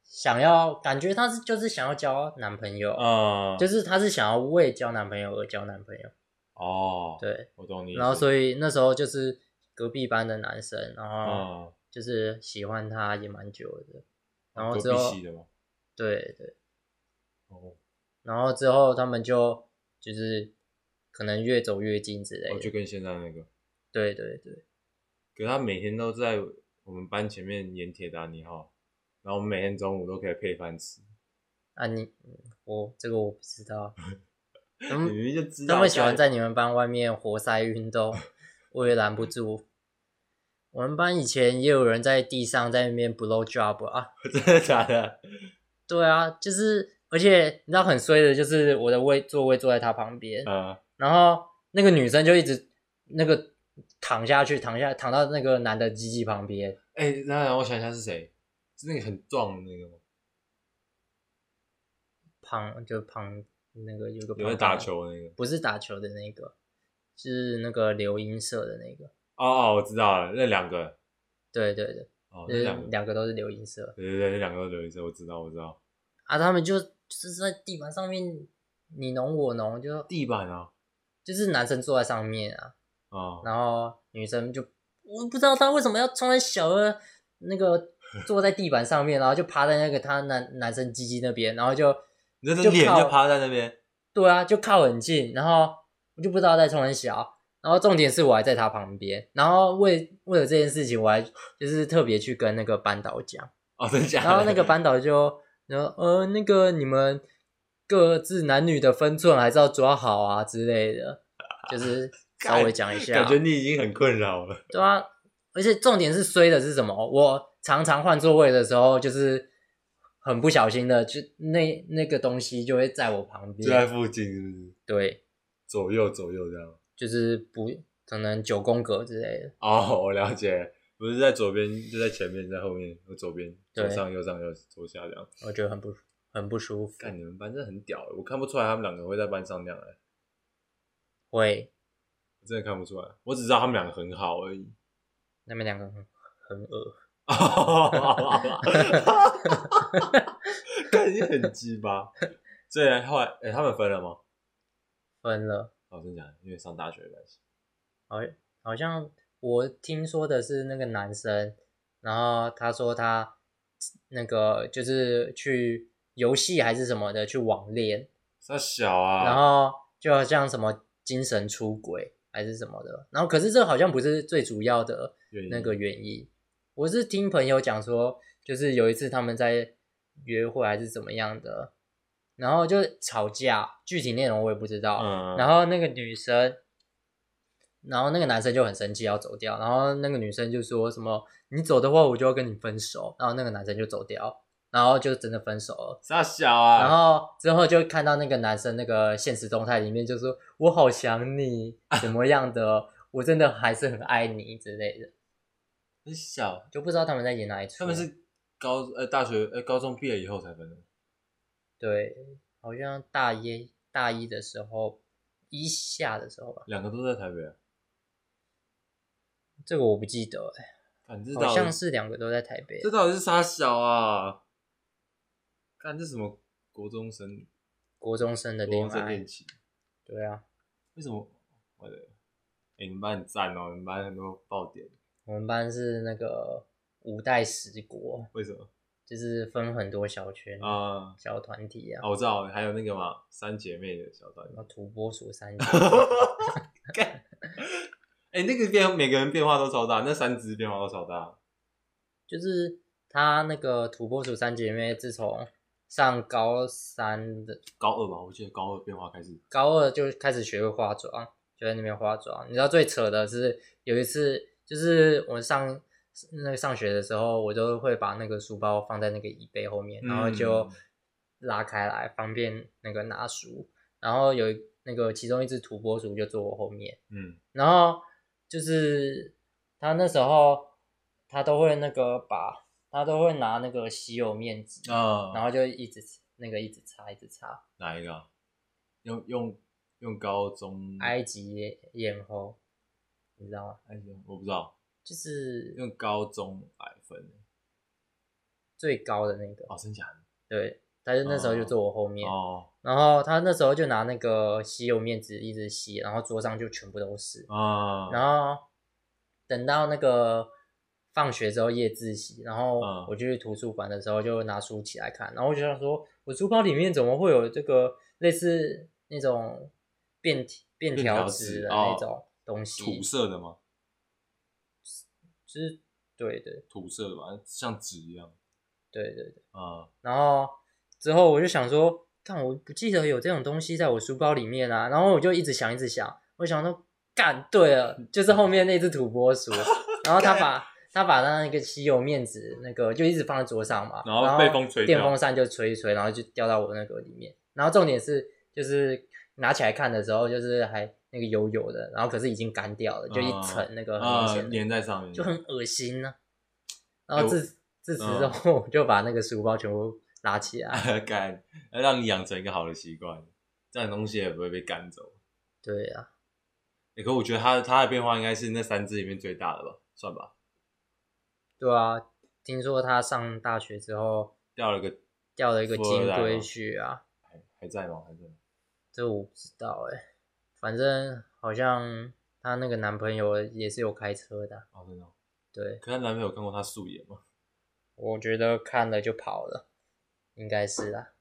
[SPEAKER 2] 想要，感觉他是就是想要交男朋友，
[SPEAKER 3] 哦
[SPEAKER 1] 嗯，
[SPEAKER 2] 就是他是想要为交男朋友而交男朋友。
[SPEAKER 1] 哦，，
[SPEAKER 2] 对，
[SPEAKER 1] 我懂你意思。
[SPEAKER 2] 然后
[SPEAKER 1] 以，
[SPEAKER 2] 所以那时候就是隔壁班的男生，然后
[SPEAKER 1] 嗯，
[SPEAKER 2] 就是喜欢他也蛮久的，然后
[SPEAKER 1] 隔
[SPEAKER 2] 之
[SPEAKER 1] 壁
[SPEAKER 2] 后
[SPEAKER 1] 系的嘛，
[SPEAKER 2] 对对，
[SPEAKER 1] 哦，
[SPEAKER 2] 然后之后他们就就是可能越走越近之类
[SPEAKER 1] 哦就
[SPEAKER 2] 的，
[SPEAKER 1] 跟现在那个，
[SPEAKER 2] 对对对，
[SPEAKER 1] 可是他每天都在我们班前面演铁达尼号，然后我们每天中午都可以配饭吃。
[SPEAKER 2] 啊你嗯我这个我不知 道，他
[SPEAKER 1] 你
[SPEAKER 2] 们
[SPEAKER 1] 明明就知道
[SPEAKER 2] 嗯他们喜欢在你们班外面活塞运动， 我也拦不住。我们班以前也有人在地上在那边 blow job 啊，
[SPEAKER 1] 真的假 的？
[SPEAKER 2] 对啊，就是而且你知道很衰的，就是我的位座位坐在他旁边，
[SPEAKER 1] 嗯，
[SPEAKER 2] 然后那个女生就一直那个躺下去，躺下躺到那个男的鸡鸡旁边，
[SPEAKER 1] 哎、那让我想一下是谁？是那个很壮的那个吗？
[SPEAKER 2] 旁就旁那个有个
[SPEAKER 1] 有在
[SPEAKER 2] 旁
[SPEAKER 1] 打，球的那个？
[SPEAKER 2] 不是打球的那个，是那个留音社的那个，
[SPEAKER 1] 哦哦，我知道了，那两个，
[SPEAKER 2] 对对对，
[SPEAKER 1] 哦，
[SPEAKER 2] 就
[SPEAKER 1] 那
[SPEAKER 2] 是
[SPEAKER 1] 两个，
[SPEAKER 2] 两个都是留音社
[SPEAKER 1] 对对对，那两个都留一次，我知道，我知道。
[SPEAKER 2] 啊，他们就就是在地板上面你侬我侬，就
[SPEAKER 1] 地板啊，
[SPEAKER 2] 就是男生坐在上面啊，
[SPEAKER 1] 啊、
[SPEAKER 2] 然后女生就我不知道她为什么要穿在小的那个坐在地板上面，然后就趴在那个她男男生鸡鸡那边，然后就
[SPEAKER 1] 你这
[SPEAKER 2] 就
[SPEAKER 1] 脸
[SPEAKER 2] 靠
[SPEAKER 1] 就趴在那边，
[SPEAKER 2] 对啊，就靠很近，然后我就不知道在冲很小。然后重点是我还在她旁边，然后为为了这件事情，我还就是特别去跟那个班导讲，
[SPEAKER 1] 哦，真的假的？
[SPEAKER 2] 然后那个班导就，然后呃，那个你们各自男女的分寸还是要抓好啊之类的， 就是稍微讲一下。
[SPEAKER 1] 感觉你已经很困扰了。
[SPEAKER 2] 对啊，而且重点是衰的是什么？我常常换座位的时候，就是很不小心的，就那那个东西就会在我旁
[SPEAKER 1] 就在
[SPEAKER 2] 边，
[SPEAKER 1] 附近，是不是？
[SPEAKER 2] 对，
[SPEAKER 1] 左右左右这样。
[SPEAKER 2] 就是不可能九宫格之类的，
[SPEAKER 1] 哦，我了解，不是在左边，就在前面，在后面，我左边，
[SPEAKER 2] 对
[SPEAKER 1] 左上右上右左下这样。
[SPEAKER 2] 我觉得很不很不舒服。
[SPEAKER 1] 看你们班真的很屌欸，我看不出来他们两个会在班上那样哎，
[SPEAKER 2] 会，
[SPEAKER 1] 我真的看不出来，我只知道他们两个很好而已。
[SPEAKER 2] 那边两个很很恶，
[SPEAKER 1] 哦 看你很鸡巴。所以后来，哎、他们分了吗？
[SPEAKER 2] 分了，
[SPEAKER 1] 哦，真的假的？因为上大学的关系。
[SPEAKER 2] 好好像我听说的是那个男生，然后他说他那个就是去游戏还是什么的去网恋。
[SPEAKER 1] 他小啊，
[SPEAKER 2] 然后就好像什么精神出轨还是什么的，然后可是这好像不是最主要的
[SPEAKER 1] 原因
[SPEAKER 2] 那个原因。我是听朋友讲说，就是有一次他们在约会还是怎么样的，然后就吵架，具体内容我也不知道。
[SPEAKER 1] 嗯，
[SPEAKER 2] 然
[SPEAKER 1] 后
[SPEAKER 2] 后那个女生，然后那个男生就很生气要走掉，然后那个女生就说什么“你走的话，我就要跟你分手”，然后那个男生就走掉，然后就真的分手了。
[SPEAKER 1] 他小啊，
[SPEAKER 2] 然后之后就看到那个男生那个现实动态里面就说“我好想你”怎么样的，我真的还是很爱你之类的，
[SPEAKER 1] 很小，
[SPEAKER 2] 就不知道他们在演哪一出。
[SPEAKER 1] 他们是高呃大学呃高中毕业以后才分的。
[SPEAKER 2] 对，好像大一大一的时候，一下的时候吧，
[SPEAKER 1] 两个都在台北、啊，
[SPEAKER 2] 这个我不记得、欸，
[SPEAKER 1] 看这
[SPEAKER 2] 好
[SPEAKER 1] 到
[SPEAKER 2] 像
[SPEAKER 1] 底
[SPEAKER 2] 是两个都在台北。
[SPEAKER 1] 这到底是啥小啊？看这什么国中生
[SPEAKER 2] 国中生的
[SPEAKER 1] 国
[SPEAKER 2] 恋
[SPEAKER 1] 中生
[SPEAKER 2] 爱
[SPEAKER 1] 恋，情？
[SPEAKER 2] 对啊，
[SPEAKER 1] 为什么？我的，哎、你们班很赞哦，你们班很多爆点，
[SPEAKER 2] 我们班是那个五代十国，
[SPEAKER 1] 为什么
[SPEAKER 2] 就是分很多小圈、
[SPEAKER 1] 啊？
[SPEAKER 2] 小团体啊
[SPEAKER 1] 啊，，我知道，还有那个嘛，三姐妹的小团
[SPEAKER 2] 什
[SPEAKER 1] 体
[SPEAKER 2] 么。土拨 鼠三姐
[SPEAKER 1] 干， 哎、那个变每个人变化都超大，那三只变化都超大。
[SPEAKER 2] 就是她那个土拨鼠三姐妹，自从上高三的
[SPEAKER 1] 高二吧，我记得高二变化开始，
[SPEAKER 2] 高二就开始学会化妆，就在那边化妆。你知道最扯的是有一次，就是我上那个上学的时候，我都会把那个书包放在那个椅背后面，然后就
[SPEAKER 1] 嗯
[SPEAKER 2] 拉开来方便那个拿书。然后有那个其中一只土拨鼠就坐我后面，
[SPEAKER 1] 嗯
[SPEAKER 2] 然后就是他那时候他都会那个把他都会拿那个吸油面纸，然
[SPEAKER 1] 啊，
[SPEAKER 2] 后就一直那个一直擦一直擦，
[SPEAKER 1] 哪一个啊？用用用高中
[SPEAKER 2] 埃及艳后，你知道吗？
[SPEAKER 1] 哎呦我不知道，
[SPEAKER 2] 就是
[SPEAKER 1] 用高中来分
[SPEAKER 2] 最高的那个，
[SPEAKER 1] 哦，真假的
[SPEAKER 2] 对，他就那时候就坐我后面，
[SPEAKER 1] 哦
[SPEAKER 2] 然后他那时候就拿那个吸油面纸一直吸，然后桌上就全部都是，
[SPEAKER 1] 啊，
[SPEAKER 2] 然后等到那个放学之后夜自习，然后
[SPEAKER 1] 嗯
[SPEAKER 2] 我去图书馆的时候就拿书起来看，然后我就想说，我书包里面怎么会有这个类似那种便
[SPEAKER 1] 便
[SPEAKER 2] 便
[SPEAKER 1] 条
[SPEAKER 2] 条
[SPEAKER 1] 纸
[SPEAKER 2] 纸的
[SPEAKER 1] 哦
[SPEAKER 2] 那种东西？
[SPEAKER 3] 土色的吗？
[SPEAKER 2] 就是对对
[SPEAKER 3] 土色的吧，像纸一样
[SPEAKER 2] 对对对。
[SPEAKER 1] 啊
[SPEAKER 2] 然后之后我就想说，看我不记得有这种东西在我书包里面啊，然后我就一直想一直想，我想说，干对了，就是后面那只土拨 鼠，然后他把他把他那个吸油面纸那个就一直放在桌上嘛，
[SPEAKER 1] 然
[SPEAKER 2] 然
[SPEAKER 1] 后被风吹掉
[SPEAKER 2] 电风扇就吹一吹，然后就掉到我那个里面，然后重点是就是拿起来看的时候，就是还那个油油的，然后可是已经干掉了，就一层那个很明
[SPEAKER 1] 啊
[SPEAKER 2] 显的
[SPEAKER 1] 粘在上面，
[SPEAKER 2] 就很恶心呢、
[SPEAKER 1] 哎
[SPEAKER 2] 然后
[SPEAKER 1] 我
[SPEAKER 2] 自、自此之后，我就把那个书包全部拉起来。
[SPEAKER 1] 干，让你养成一个好的习惯，这样东西也不会被赶走。
[SPEAKER 2] 对啊，
[SPEAKER 1] 欸可我觉得它它的变化应该是那三只里面最大的吧，算吧，
[SPEAKER 2] 对啊，听说他上大学之后
[SPEAKER 1] 掉了个
[SPEAKER 2] 掉了一个
[SPEAKER 1] 富二
[SPEAKER 2] 金
[SPEAKER 1] 代吗
[SPEAKER 2] 龟婿啊，
[SPEAKER 1] 还还在吗？还在吗？
[SPEAKER 2] 这我不知道哎、反正好像她那个男朋友也是有开车的啊。
[SPEAKER 1] 哦，真的哦。
[SPEAKER 2] 对，
[SPEAKER 1] 可她男朋友有看过她素颜吗？
[SPEAKER 2] 我觉得看了就跑了，应该是啦、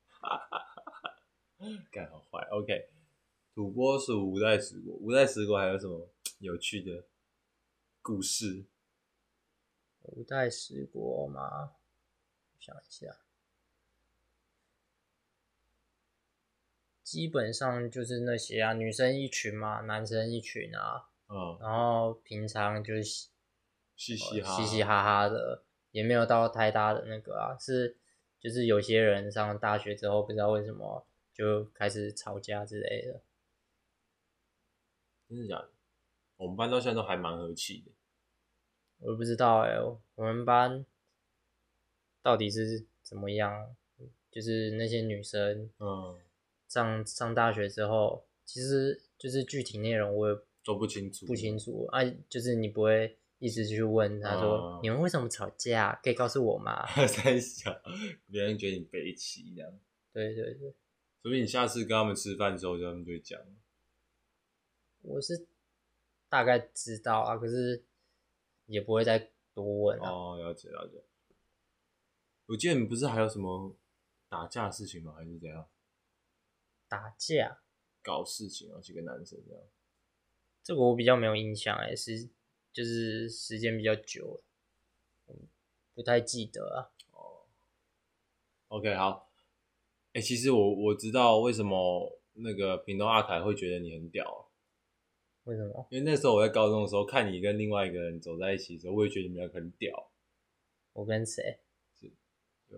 [SPEAKER 1] 干好坏，OK。土拨鼠五代十国，五代十国还有什么有趣的故事？
[SPEAKER 2] 五代十国嘛，想一下，基本上就是那些啊，女生一群嘛，男生一群啊，
[SPEAKER 1] 嗯，
[SPEAKER 2] 然后平常就是
[SPEAKER 1] 嘻
[SPEAKER 2] 嘻
[SPEAKER 1] 嘻哈，
[SPEAKER 2] 哦嘻嘻，哈哈的，也没有到太大的那个啊，是就是有些人上大学之后不知道为什么就开始吵架之类的，
[SPEAKER 1] 真的假的？我们班到现在都还蛮和气的，
[SPEAKER 2] 我也不知道哎、我我们班到底是怎么样，就是那些女生。
[SPEAKER 1] 嗯，
[SPEAKER 2] 上上大学之后，其实就是具体内容我也
[SPEAKER 1] 都不清楚，
[SPEAKER 2] 不清楚啊，就是你不会一直去问他说、
[SPEAKER 1] 嗯
[SPEAKER 2] 你们为什么吵架，可以告诉我吗？
[SPEAKER 1] 在想，别人觉得你北齐这样，
[SPEAKER 2] 对对对，
[SPEAKER 1] 所以你下次跟他们吃饭的时候，他们就会讲，
[SPEAKER 2] 我是大概知道啊，可是也不会再多问啊。
[SPEAKER 1] 哦，了解了解。我记得你不是还有什么打架的事情吗？还是怎样
[SPEAKER 2] 打架
[SPEAKER 1] 搞事情啊？几个男生这样？
[SPEAKER 2] 这个我比较没有印象哎、是就是时间比较久了，嗯不太记得啊。
[SPEAKER 1] OK，好。哎、其实我我知道为什么那个屏东阿凯会觉得你很屌啊、
[SPEAKER 2] 为什么？
[SPEAKER 1] 因为那时候我在高中的时候看你跟另外一个人走在一起的时候，我也觉得你们两个很屌。
[SPEAKER 2] 我跟谁
[SPEAKER 1] 就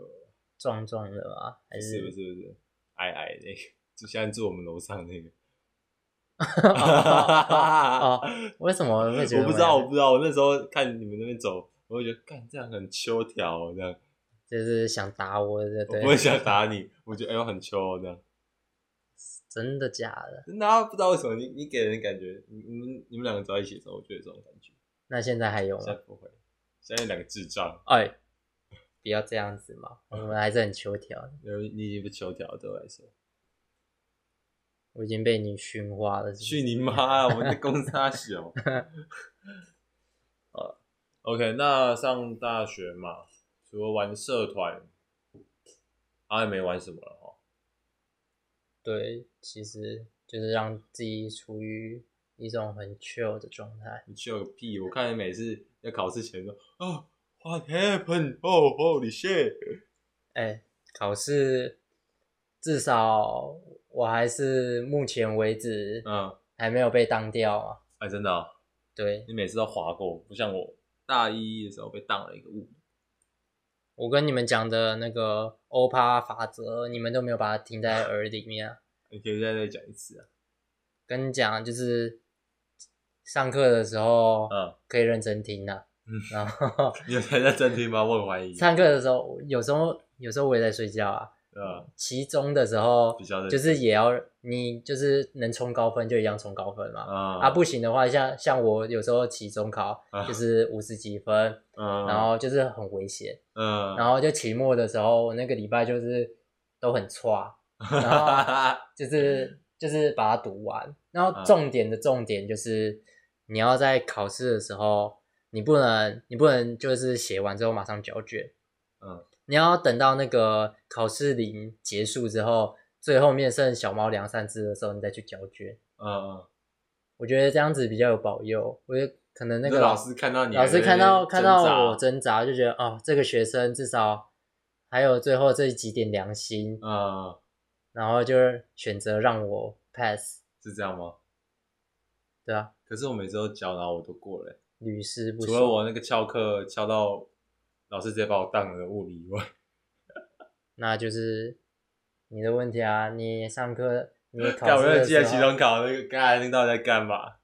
[SPEAKER 2] 壮壮的吗？还
[SPEAKER 1] 不是不是不是，矮矮那个，就像住我们楼上那个。
[SPEAKER 2] 哦，为什么会觉得
[SPEAKER 1] 我不知道，我不知道，我那时候看你们那边走，我就觉得干这样很秋条哦，这样
[SPEAKER 2] 就是想打我的，
[SPEAKER 1] 我
[SPEAKER 2] 对，
[SPEAKER 1] 不会想打你，我觉得哎呦很秋哦这样。
[SPEAKER 2] 真的假的？
[SPEAKER 1] 真的啊不知道为什么你你给人感觉，你你们你们两个走在一起的时候，我就有这种感觉。
[SPEAKER 2] 那现在还有
[SPEAKER 1] 现
[SPEAKER 2] 吗
[SPEAKER 1] 在？不会，现在有两个智障，
[SPEAKER 2] 哎，不要这样子嘛，我们还是很求条的。
[SPEAKER 1] 因为你已经不秋条了对我来说，
[SPEAKER 2] 我已经被你驯化了，是不是
[SPEAKER 1] 去你妈啊！我们在公司大小。 啊，OK，那上大学嘛，除了玩社团，啊也没玩什么了哈。
[SPEAKER 2] 对，其实就是让自己处于一种很 chill 的状态。
[SPEAKER 1] 你去了个屁！我看你每次要考试前说啊，What happened? Oh, holy shit！
[SPEAKER 2] 哎，考试至少我还是目前为止
[SPEAKER 1] 嗯，
[SPEAKER 2] 还没有被当掉嘛。
[SPEAKER 1] 哎、真的啊、
[SPEAKER 2] 对
[SPEAKER 1] 你每次都划过，不像我大一的时候被当了一个物。
[SPEAKER 2] 我跟你们讲的那个欧趴法则，你们都没有把它听在耳里面啊。
[SPEAKER 1] 你可以再再讲一次啊。
[SPEAKER 2] 跟你讲，就是上课的时候
[SPEAKER 1] 嗯，
[SPEAKER 2] 可以认真听啊。
[SPEAKER 1] 嗯
[SPEAKER 2] 然 后
[SPEAKER 1] 你有在认真听吗？我很怀疑。
[SPEAKER 2] 上课的时候，有时候有时候我也在睡觉啊。
[SPEAKER 1] 对吧？
[SPEAKER 2] 其中的时候
[SPEAKER 1] 比较认，真
[SPEAKER 2] 就是也要你就是能冲高分就一样冲高分嘛。
[SPEAKER 1] 啊
[SPEAKER 2] 啊，不行的话，像像我有时候期中考
[SPEAKER 1] 啊
[SPEAKER 2] 就是五十几分，
[SPEAKER 1] 嗯，
[SPEAKER 2] 然后就是很危险。
[SPEAKER 1] 嗯，
[SPEAKER 2] 然后就期末的时候，我那个礼拜就是都 很差，
[SPEAKER 1] 嗯
[SPEAKER 2] 然
[SPEAKER 1] 后
[SPEAKER 2] 就是就是把它读完。然后
[SPEAKER 1] 啊
[SPEAKER 2] 重点的重点就是，你要在考试的时候，你不能你不能就是写完之后马上交卷，
[SPEAKER 1] 嗯，
[SPEAKER 2] 你要等到那个考试铃结束之后，最后面剩小猫两三只的时候，你再去交卷。
[SPEAKER 1] 嗯嗯，
[SPEAKER 2] 我觉得这样子比较有保佑。我觉得可能那
[SPEAKER 1] 那
[SPEAKER 2] 个
[SPEAKER 1] 老师看到你，
[SPEAKER 2] 老师看到看到我
[SPEAKER 1] 真，
[SPEAKER 2] 挣扎，就觉得哦，这个学生至少还有最后这几点良心，
[SPEAKER 1] 嗯，
[SPEAKER 2] 然后就选择让我 pass，
[SPEAKER 1] 是这样吗？
[SPEAKER 2] 对啊，
[SPEAKER 1] 可是我每次都教，然后我都过了欸，
[SPEAKER 2] 屡试不
[SPEAKER 1] 除了
[SPEAKER 2] 爽。
[SPEAKER 1] 我那个翘课翘到老师直接把我当了物理以外，
[SPEAKER 2] 那就是你的问题啊，你上课你
[SPEAKER 1] 干
[SPEAKER 2] 考
[SPEAKER 1] 我
[SPEAKER 2] 试
[SPEAKER 1] 没有
[SPEAKER 2] 的
[SPEAKER 1] 记得
[SPEAKER 2] 时
[SPEAKER 1] 期
[SPEAKER 2] 候，
[SPEAKER 1] 中考那个，刚才那到底在干嘛？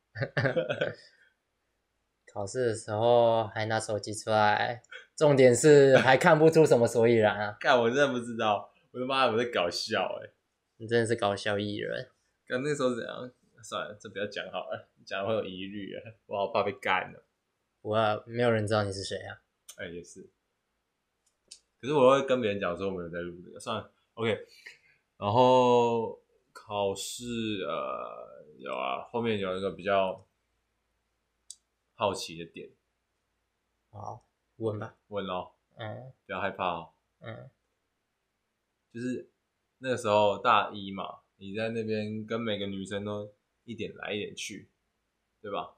[SPEAKER 2] 考试的时候还拿手机出来，重点是还看不出什么所以然啊，
[SPEAKER 1] 干我真的不知道，我他妈我在搞笑哎、
[SPEAKER 2] 你真的是搞笑艺人。
[SPEAKER 1] 干那时候怎样？算了，这不要讲好了，讲会有疑虑哎，我好怕被干了。
[SPEAKER 2] 我啊没有人知道你是谁啊，
[SPEAKER 1] 哎、也是。可是我会跟别人讲说我们有在录这个，算了，OK。然后考试呃有啊，后面有一个比较好奇的点，
[SPEAKER 2] 好问吧，
[SPEAKER 1] 问咯，
[SPEAKER 2] 嗯
[SPEAKER 1] 不要害怕哦。
[SPEAKER 2] 嗯
[SPEAKER 1] 就是那个时候大一嘛，你在那边跟每个女生都一点来一点去，对吧？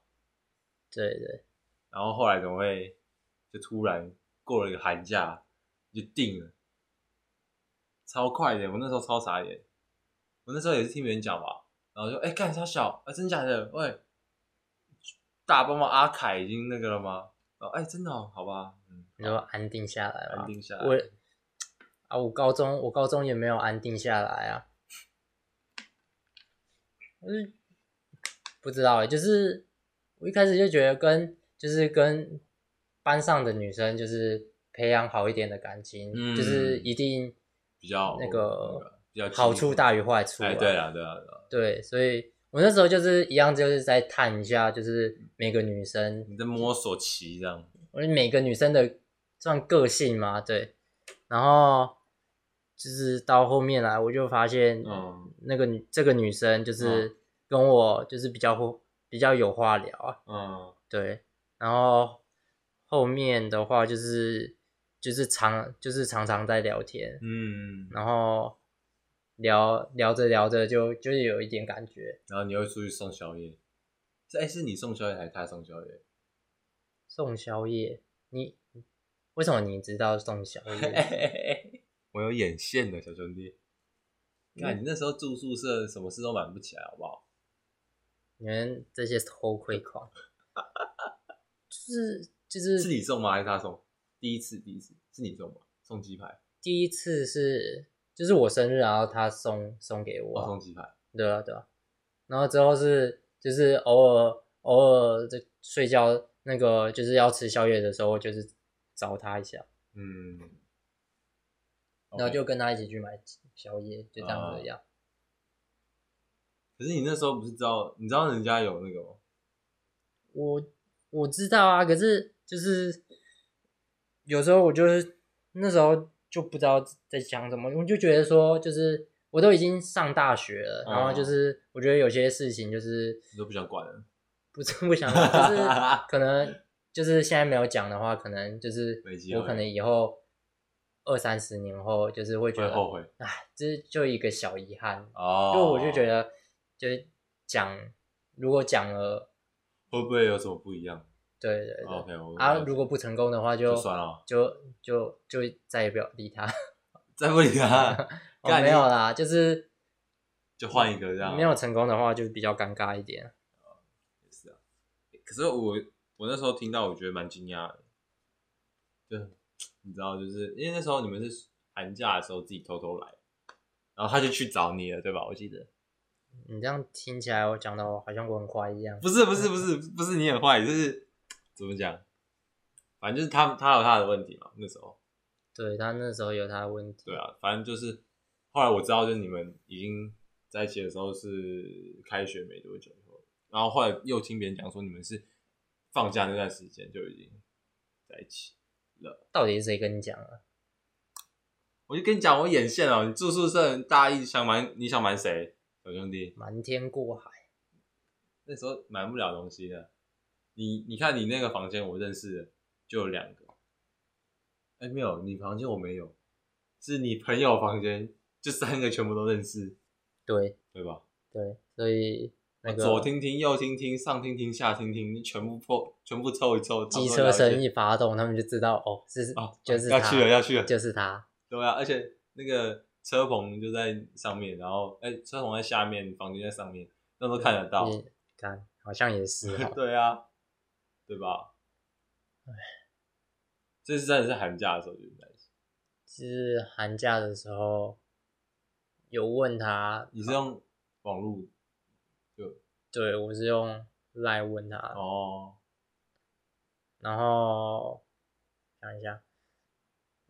[SPEAKER 2] 对对，
[SPEAKER 1] 然后后来怎么会就突然过了一个寒假就定了，超快的！我那时候超傻眼，我那时候也是听别人讲嘛，然后就哎干啥小啊，真假的？喂，大帮忙阿凯已经那个了吗？然后哎真的、哦、好吧，嗯，
[SPEAKER 2] 你说安定下来吧
[SPEAKER 1] 安。定下来。
[SPEAKER 2] 我啊，我高中我高中也没有安定下来啊，嗯，不知道欸，就是我一开始就觉得跟就是跟班上的女生就是培养好一点的感情，
[SPEAKER 1] 嗯
[SPEAKER 2] 就是一定
[SPEAKER 1] 比较
[SPEAKER 2] 那
[SPEAKER 1] 个
[SPEAKER 2] 个
[SPEAKER 1] 比较
[SPEAKER 2] 好
[SPEAKER 1] 亲
[SPEAKER 2] 处
[SPEAKER 1] 密
[SPEAKER 2] 大于坏处、啊
[SPEAKER 1] 哎，对啊对啊对啊，
[SPEAKER 2] 对，所以我那时候就是一样，就是在探一下，就是每个女生
[SPEAKER 1] 你在摸索期这样，
[SPEAKER 2] 我觉得每个女生的算个性嘛，对。然后就是到后面来，我就发现，
[SPEAKER 1] 嗯
[SPEAKER 2] 那个女这个女生就是
[SPEAKER 1] 嗯
[SPEAKER 2] 跟我就是比较互比较有话聊啊，
[SPEAKER 1] 嗯
[SPEAKER 2] 对。然后后面的话就是就是常就是常常在聊天，
[SPEAKER 1] 嗯，
[SPEAKER 2] 然后聊聊着聊着就就是有一点感觉，
[SPEAKER 1] 然后你会出去送宵夜，是哎是你送宵夜还是他送宵夜？
[SPEAKER 2] 送宵夜，你为什么你知道送宵 夜？
[SPEAKER 1] 嘿，呃我有眼线的小兄弟。
[SPEAKER 2] 嗯
[SPEAKER 1] 看你那时候住宿舍，什么事都瞒不起来，好不好？
[SPEAKER 2] 你们这些偷窥狂，就是就是
[SPEAKER 1] 是你送吗？还是他送？第一次，第一次是你送吗？送鸡排，
[SPEAKER 2] 第一次是就是我生日，然后他送送给我
[SPEAKER 1] 我
[SPEAKER 2] 啊，
[SPEAKER 1] 哦送鸡排。
[SPEAKER 2] 对啊对啊，然后之后是就是偶尔偶尔在睡觉那个就是要吃宵夜的时候，就是找他一下，
[SPEAKER 1] 嗯，
[SPEAKER 2] 然后就跟他一起去买宵夜，就这样子的啊样。
[SPEAKER 1] 可是你那时候不是知道，你知道人家有那个吗？
[SPEAKER 2] 我我知道啊，可是就是有时候我就是那时候就不知道在想什么，我就觉得说，就是我都已经上大学了，
[SPEAKER 1] 嗯
[SPEAKER 2] 然后就是我觉得有些事情就是
[SPEAKER 1] 你都不想管了。
[SPEAKER 2] 不是不想管， 就是可能就是现在没有讲的话，可能就是
[SPEAKER 1] 没机会
[SPEAKER 2] 我可能以后二三十年后就是会觉
[SPEAKER 1] 会
[SPEAKER 2] 得，
[SPEAKER 1] 后悔
[SPEAKER 2] 哎，这就一个小遗憾，
[SPEAKER 1] 哦，
[SPEAKER 2] 就我就觉得就是讲如果讲了，
[SPEAKER 1] 会不会有什么不一样
[SPEAKER 2] 对对对。
[SPEAKER 1] ？OK，我
[SPEAKER 2] 啊，如果不成功的话就，
[SPEAKER 1] 哦就算了
[SPEAKER 2] 就就就再也不要理他。
[SPEAKER 1] 再不理 他，
[SPEAKER 2] 哦，
[SPEAKER 1] 干
[SPEAKER 2] 没有
[SPEAKER 1] 你
[SPEAKER 2] 啦，就是
[SPEAKER 1] 就换一个这样。
[SPEAKER 2] 没有成功的话，就比较尴尬一点。
[SPEAKER 1] 也是啊。可是我我那时候听到，我觉得蛮惊讶的，就你知道，就是因为那时候你们是寒假的时候自己偷偷来，然后他就去找你了，对吧？我记得
[SPEAKER 2] 你这样听起来，我讲的我好像我很坏一样。
[SPEAKER 1] 不是不是不是不是你很坏，就是怎么讲，反正就是他他有他的问题嘛。那时候，
[SPEAKER 2] 对他那时候有他的问题，
[SPEAKER 1] 对啊，反正就是后来我知道，就是你们已经在一起的时候是开学没多久以后，然后后来又听别人讲说你们是放假那段时间就已经在一起。
[SPEAKER 2] 到底是谁跟你讲啊？
[SPEAKER 1] 我就跟你讲，我眼线哦，你住宿舍大一想瞒你想瞒谁，小兄弟？
[SPEAKER 2] 瞒天过海，
[SPEAKER 1] 那时候买不了东西的。你你看你那个房间，我认识的就有两个。哎、没有，你房间我没有，是你朋友房间，就三个全部都认识，
[SPEAKER 2] 对
[SPEAKER 1] 对吧？
[SPEAKER 2] 对，所以那个
[SPEAKER 1] 左听听，右听听，上听听，下听听，你全部破，全部凑一凑，差
[SPEAKER 2] 机
[SPEAKER 1] 不多
[SPEAKER 2] 车
[SPEAKER 1] 了解
[SPEAKER 2] 声一发动，他们就知道哦，是
[SPEAKER 1] 哦，
[SPEAKER 2] 就是
[SPEAKER 1] 要
[SPEAKER 2] 他
[SPEAKER 1] 去了，要去了，
[SPEAKER 2] 就是他，
[SPEAKER 1] 对啊，而且那个车棚就在上面，然后哎、车棚在下面，房间在上面，那都看得到，，
[SPEAKER 2] 你看好像也是哦
[SPEAKER 1] 对啊，对吧？这是真的是寒假的时候就是在一起。
[SPEAKER 2] 就是寒假的时候有问他，
[SPEAKER 1] 你是用网络就
[SPEAKER 2] 对我是用赖问他，
[SPEAKER 1] 哦，
[SPEAKER 2] 然后想一下，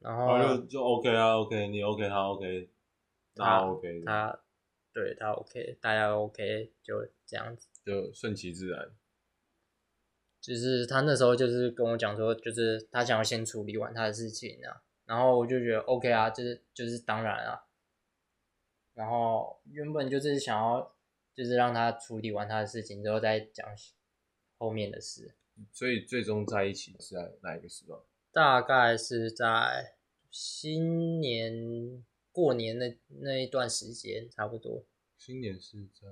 [SPEAKER 2] 然
[SPEAKER 1] 然
[SPEAKER 2] 后
[SPEAKER 1] 后就就 OK 啊，OK，你 OK，他 OK，他
[SPEAKER 2] 他
[SPEAKER 1] OK，
[SPEAKER 2] 他对他 OK，大家 OK，就这样子。
[SPEAKER 1] 就顺其自然。
[SPEAKER 2] 就是他那时候就是跟我讲说，就是他想要先处理完他的事情啊，然后我就觉得 OK 啊，就是就是当然啊，然后原本就是想要就是让他处理完他的事情之后再讲后面的事，
[SPEAKER 4] 所以最终在一起是在哪一个时段？
[SPEAKER 2] 大概是在新年过年那那一段时间，差不多
[SPEAKER 4] 新年是在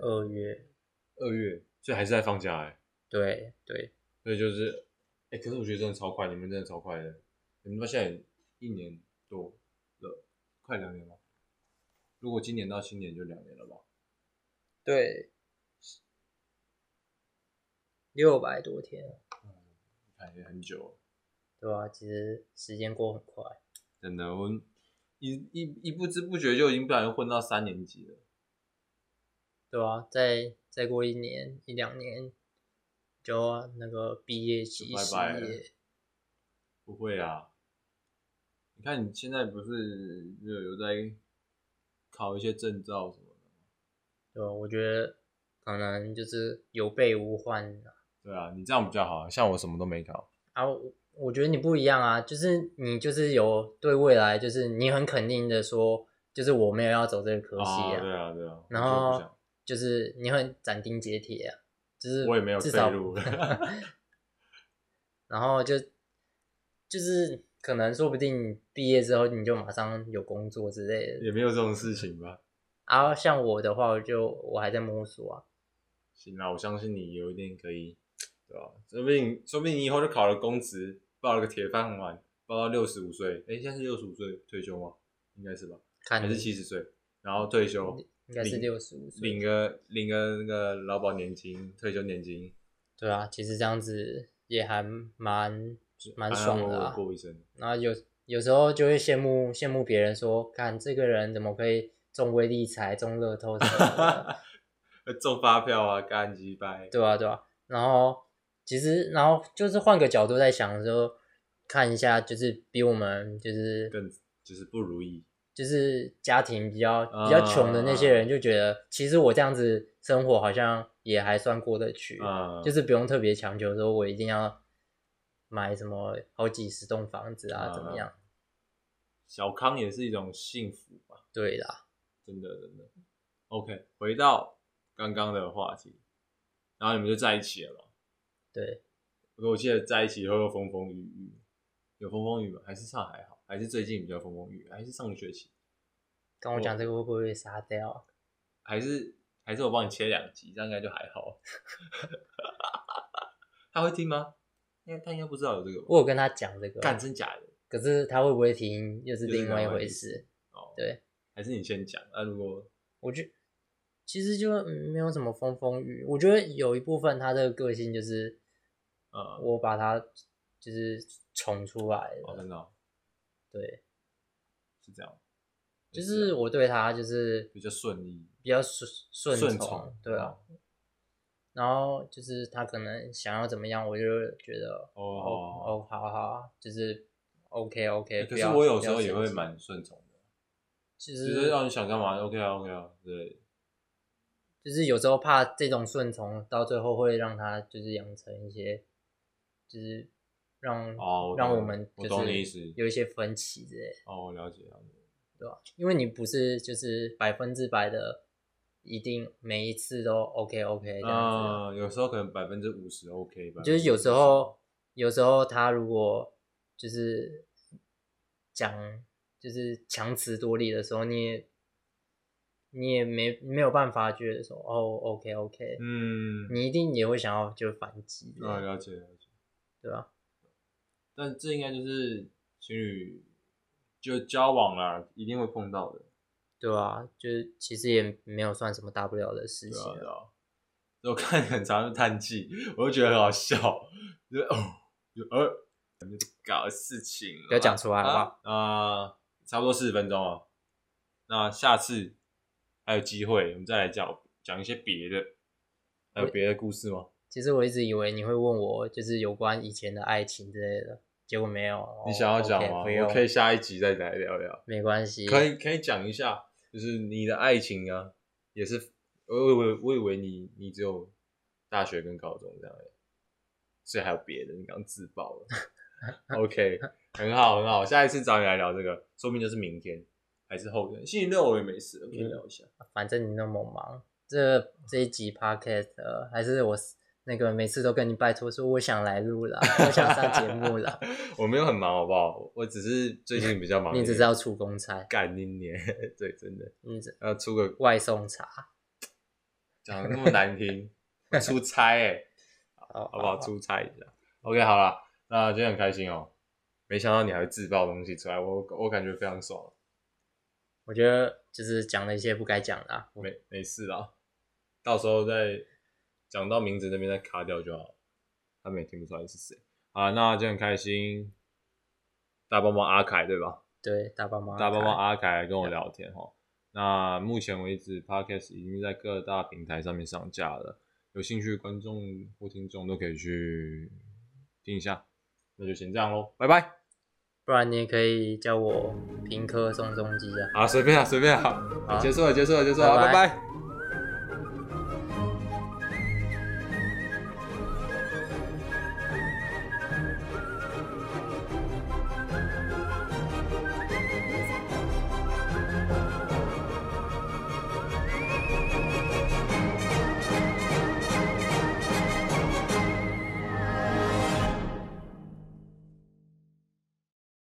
[SPEAKER 2] 二月，
[SPEAKER 4] 二月，所以还是在放假哎、
[SPEAKER 2] 对对，
[SPEAKER 4] 所以就是，哎、可是我觉得真的超快，你们真的超快的，你们到现在一年多了，快两年了。如果今年到新年就两年了吧？
[SPEAKER 2] 对，六百多天，啊
[SPEAKER 4] 感觉很久了，
[SPEAKER 2] 对吧、其实时间过很快，
[SPEAKER 1] 真的，我一一一不知不觉就已经不小心混到三年级了。
[SPEAKER 2] 对吧、再再过一年一两年，就那个毕业
[SPEAKER 1] 就
[SPEAKER 2] 季
[SPEAKER 1] 拜
[SPEAKER 2] 失
[SPEAKER 1] 拜了
[SPEAKER 2] 业，
[SPEAKER 1] 不会啊，你看你现在不是就有在考一些证照什么的吗？
[SPEAKER 2] 对吧、我觉得可能就是有备无患啊。
[SPEAKER 1] 对啊，你这样比较好，像我什么都没考。
[SPEAKER 2] 啊我我觉得你不一样啊，就是你就是有对未来，就是你很肯定的说，就是我没有要走这个科系
[SPEAKER 1] 啊对啊，对啊。
[SPEAKER 2] 然
[SPEAKER 1] 我就不
[SPEAKER 2] 后
[SPEAKER 1] 想
[SPEAKER 2] 就是你很斩钉截铁啊，就是
[SPEAKER 1] 我也没有
[SPEAKER 2] 至
[SPEAKER 1] 退
[SPEAKER 2] 少
[SPEAKER 1] 路
[SPEAKER 2] 然后就就是可能说不定你毕业之后你就马上有工作之类的。
[SPEAKER 1] 也没有这种事情吧。
[SPEAKER 2] 然后像我的话，我就我还在摸索啊，
[SPEAKER 1] 行啦，我相信你有一天可以，对吧、说不定，说不定你以后就考了公职，报了个铁饭碗，报到六十五岁。哎、现在是六十五岁退休吗？应该是吧，
[SPEAKER 2] 看
[SPEAKER 1] 还是七十岁？然后退休，
[SPEAKER 2] 嗯应该是
[SPEAKER 1] 领
[SPEAKER 2] 六十五岁
[SPEAKER 1] 领，个领个那个劳保年金、退休年金，
[SPEAKER 2] 对啊，其实这样子也还蛮蛮
[SPEAKER 1] 安安
[SPEAKER 2] 爽
[SPEAKER 1] 稳
[SPEAKER 2] 的
[SPEAKER 1] 稳
[SPEAKER 2] 啊。
[SPEAKER 1] 过一生。
[SPEAKER 2] 然后有有时候就会羡慕羡慕别人说，看这个人怎么可以中威力财、中乐透什么的，
[SPEAKER 1] 中发票啊，干鸡掰。
[SPEAKER 2] 对啊对啊。然后其实然后就是换个角度在想的时候，看一下就是比我们就是
[SPEAKER 1] 更就是不如意。
[SPEAKER 2] 就是家庭比较比较穷的那些人就觉得，其实我这样子生活好像也还算过得去，
[SPEAKER 1] 啊，
[SPEAKER 2] 就是不用特别强求说我一定要买什么好几十栋房子啊
[SPEAKER 1] 啊
[SPEAKER 2] 怎么样？
[SPEAKER 1] 小康也是一种幸福吧，
[SPEAKER 2] 对啦，
[SPEAKER 1] 真的真的。OK，回到刚刚的话题，然后你们就在一起了嘛？
[SPEAKER 2] 对，
[SPEAKER 1] 我记得在一起以后又风风雨雨，有风风雨吗？还是上还好？还是最近比较风风雨雨？还是上个学期？
[SPEAKER 2] 跟我讲这个会不会被杀掉啊？
[SPEAKER 1] 还是还是我帮你切两集，这样应该就还好。 他会听吗？应该他应该不知道有这个吧。
[SPEAKER 2] 我有跟他讲这个，
[SPEAKER 1] 干真假的
[SPEAKER 2] 可是他会不会听又是
[SPEAKER 1] 又是
[SPEAKER 2] 另外一
[SPEAKER 1] 另外
[SPEAKER 2] 回
[SPEAKER 1] 一
[SPEAKER 2] 事。
[SPEAKER 1] 哦，
[SPEAKER 2] 对，
[SPEAKER 1] 还是你先讲。那、如果
[SPEAKER 2] 我觉其实就嗯没有什么风风雨，我觉得有一部分他的个性就是
[SPEAKER 1] 呃，
[SPEAKER 2] 我把他就是宠出来
[SPEAKER 1] 哦，
[SPEAKER 2] 的，
[SPEAKER 1] 真的哦、
[SPEAKER 2] 对。
[SPEAKER 1] 是这样。
[SPEAKER 2] 就是我对他就是
[SPEAKER 1] 比较顺利，
[SPEAKER 2] 比较顺顺
[SPEAKER 1] 顺
[SPEAKER 2] 从
[SPEAKER 1] 从，哦
[SPEAKER 2] 对啊。然后就是他可能想要怎么样，我就觉得
[SPEAKER 1] 哦
[SPEAKER 2] 哦哦，好好啊，就是 OK
[SPEAKER 1] 欸
[SPEAKER 2] OK
[SPEAKER 1] 可
[SPEAKER 2] 不
[SPEAKER 1] 是
[SPEAKER 2] 要。
[SPEAKER 1] 我有时候
[SPEAKER 2] 不要
[SPEAKER 1] 也会
[SPEAKER 2] 生气，
[SPEAKER 1] 蛮顺从的，
[SPEAKER 2] 就
[SPEAKER 1] 就是
[SPEAKER 2] 是
[SPEAKER 1] 让你想干嘛，OK 啊，OK 啊，对，
[SPEAKER 2] 就是有时候怕这种顺从到最后会让他就是养成一些，就是让、
[SPEAKER 1] 哦，懂
[SPEAKER 2] 让我们
[SPEAKER 1] 我
[SPEAKER 2] 就
[SPEAKER 1] 懂你意思
[SPEAKER 2] 是，有一些分歧之类的，
[SPEAKER 1] 哦，我了解了解，
[SPEAKER 2] 对吧？因为你不是就是百分之百的一定每一次都 OK OK 这样子啊、
[SPEAKER 1] 嗯，有时候可能百分之五十 OK 吧，
[SPEAKER 2] 就是有时候，有时候他如果就是讲就是强词夺理的时候，你也你也没没有办法觉得说哦 OK OK，、
[SPEAKER 1] 嗯，
[SPEAKER 2] 你一定也会想要就反击的，
[SPEAKER 1] 哦，了解了解，啊
[SPEAKER 2] 对吧？
[SPEAKER 1] 但这应该就是情侣就交往啦，一定会碰到的，
[SPEAKER 2] 对啊，就是其实也没有算什么大不了的事
[SPEAKER 1] 对
[SPEAKER 2] 情
[SPEAKER 1] 啊对
[SPEAKER 2] 啊。
[SPEAKER 1] 啊，我看很常叹气，我就觉得很好笑，就是哦，就呃，搞事情了，
[SPEAKER 2] 不要讲出来好不好
[SPEAKER 1] 啊？啊、差不多四十分钟了，那下次还有机会，我们再来讲讲一些别的，还有别的故事吗？
[SPEAKER 2] 其实我一直以为你会问我就是有关以前的爱情之类的，结果没有。哦
[SPEAKER 1] 你想要讲
[SPEAKER 2] OK，
[SPEAKER 1] 吗
[SPEAKER 2] 不用
[SPEAKER 1] 我可以下一集再来聊聊。
[SPEAKER 2] 没关系，
[SPEAKER 1] 可以可以讲一下，就是你的爱情啊，也是我以为我以为你你只有大学跟高中这样而已，所以还有别的，你刚自爆 了。OK，很好很好，下一次找你来聊这个，说不定就是明天还是后天，星期六我也没事，
[SPEAKER 2] 嗯
[SPEAKER 1] 我可以聊一下。
[SPEAKER 2] 反正你那么忙，这这一集 podcast、呃、还是我那个每次都跟你拜托说我想来录啦，我想上节 目啦，
[SPEAKER 1] 我没有很忙好不好？我只是最近比较忙一点，
[SPEAKER 2] 你只知道出公差，
[SPEAKER 1] 干你年， 对，真的
[SPEAKER 2] 你只
[SPEAKER 1] 要出个
[SPEAKER 2] 外送茶，
[SPEAKER 1] 讲的那么难 听，我出差哎、
[SPEAKER 2] 哦好
[SPEAKER 1] 好不好？出差一下。OK，好啦，那今天很开心哦，没想到你还会自爆东西出来，我我感觉非常爽。
[SPEAKER 2] 我觉得就是讲了一些不该讲的啊、
[SPEAKER 1] 没没事啦，到时候再讲到名字那边再卡掉就好，他们也听不出来是谁。啊，那就很开心，大帮帮阿凯对吧？
[SPEAKER 2] 对，大爸妈，
[SPEAKER 1] 大帮帮阿凯跟我聊天哈。那目前为止，Podcast 已经在各大平台上面上架了，有兴趣的观众或听众都可以去听一下。那就先这样喽，拜拜。
[SPEAKER 2] 不然你也可以叫我平科宋仲基啊。
[SPEAKER 1] 啊，随便啊，随便啊，
[SPEAKER 2] 好
[SPEAKER 1] 结束了，结束了，结束了，
[SPEAKER 2] 拜拜
[SPEAKER 1] 拜拜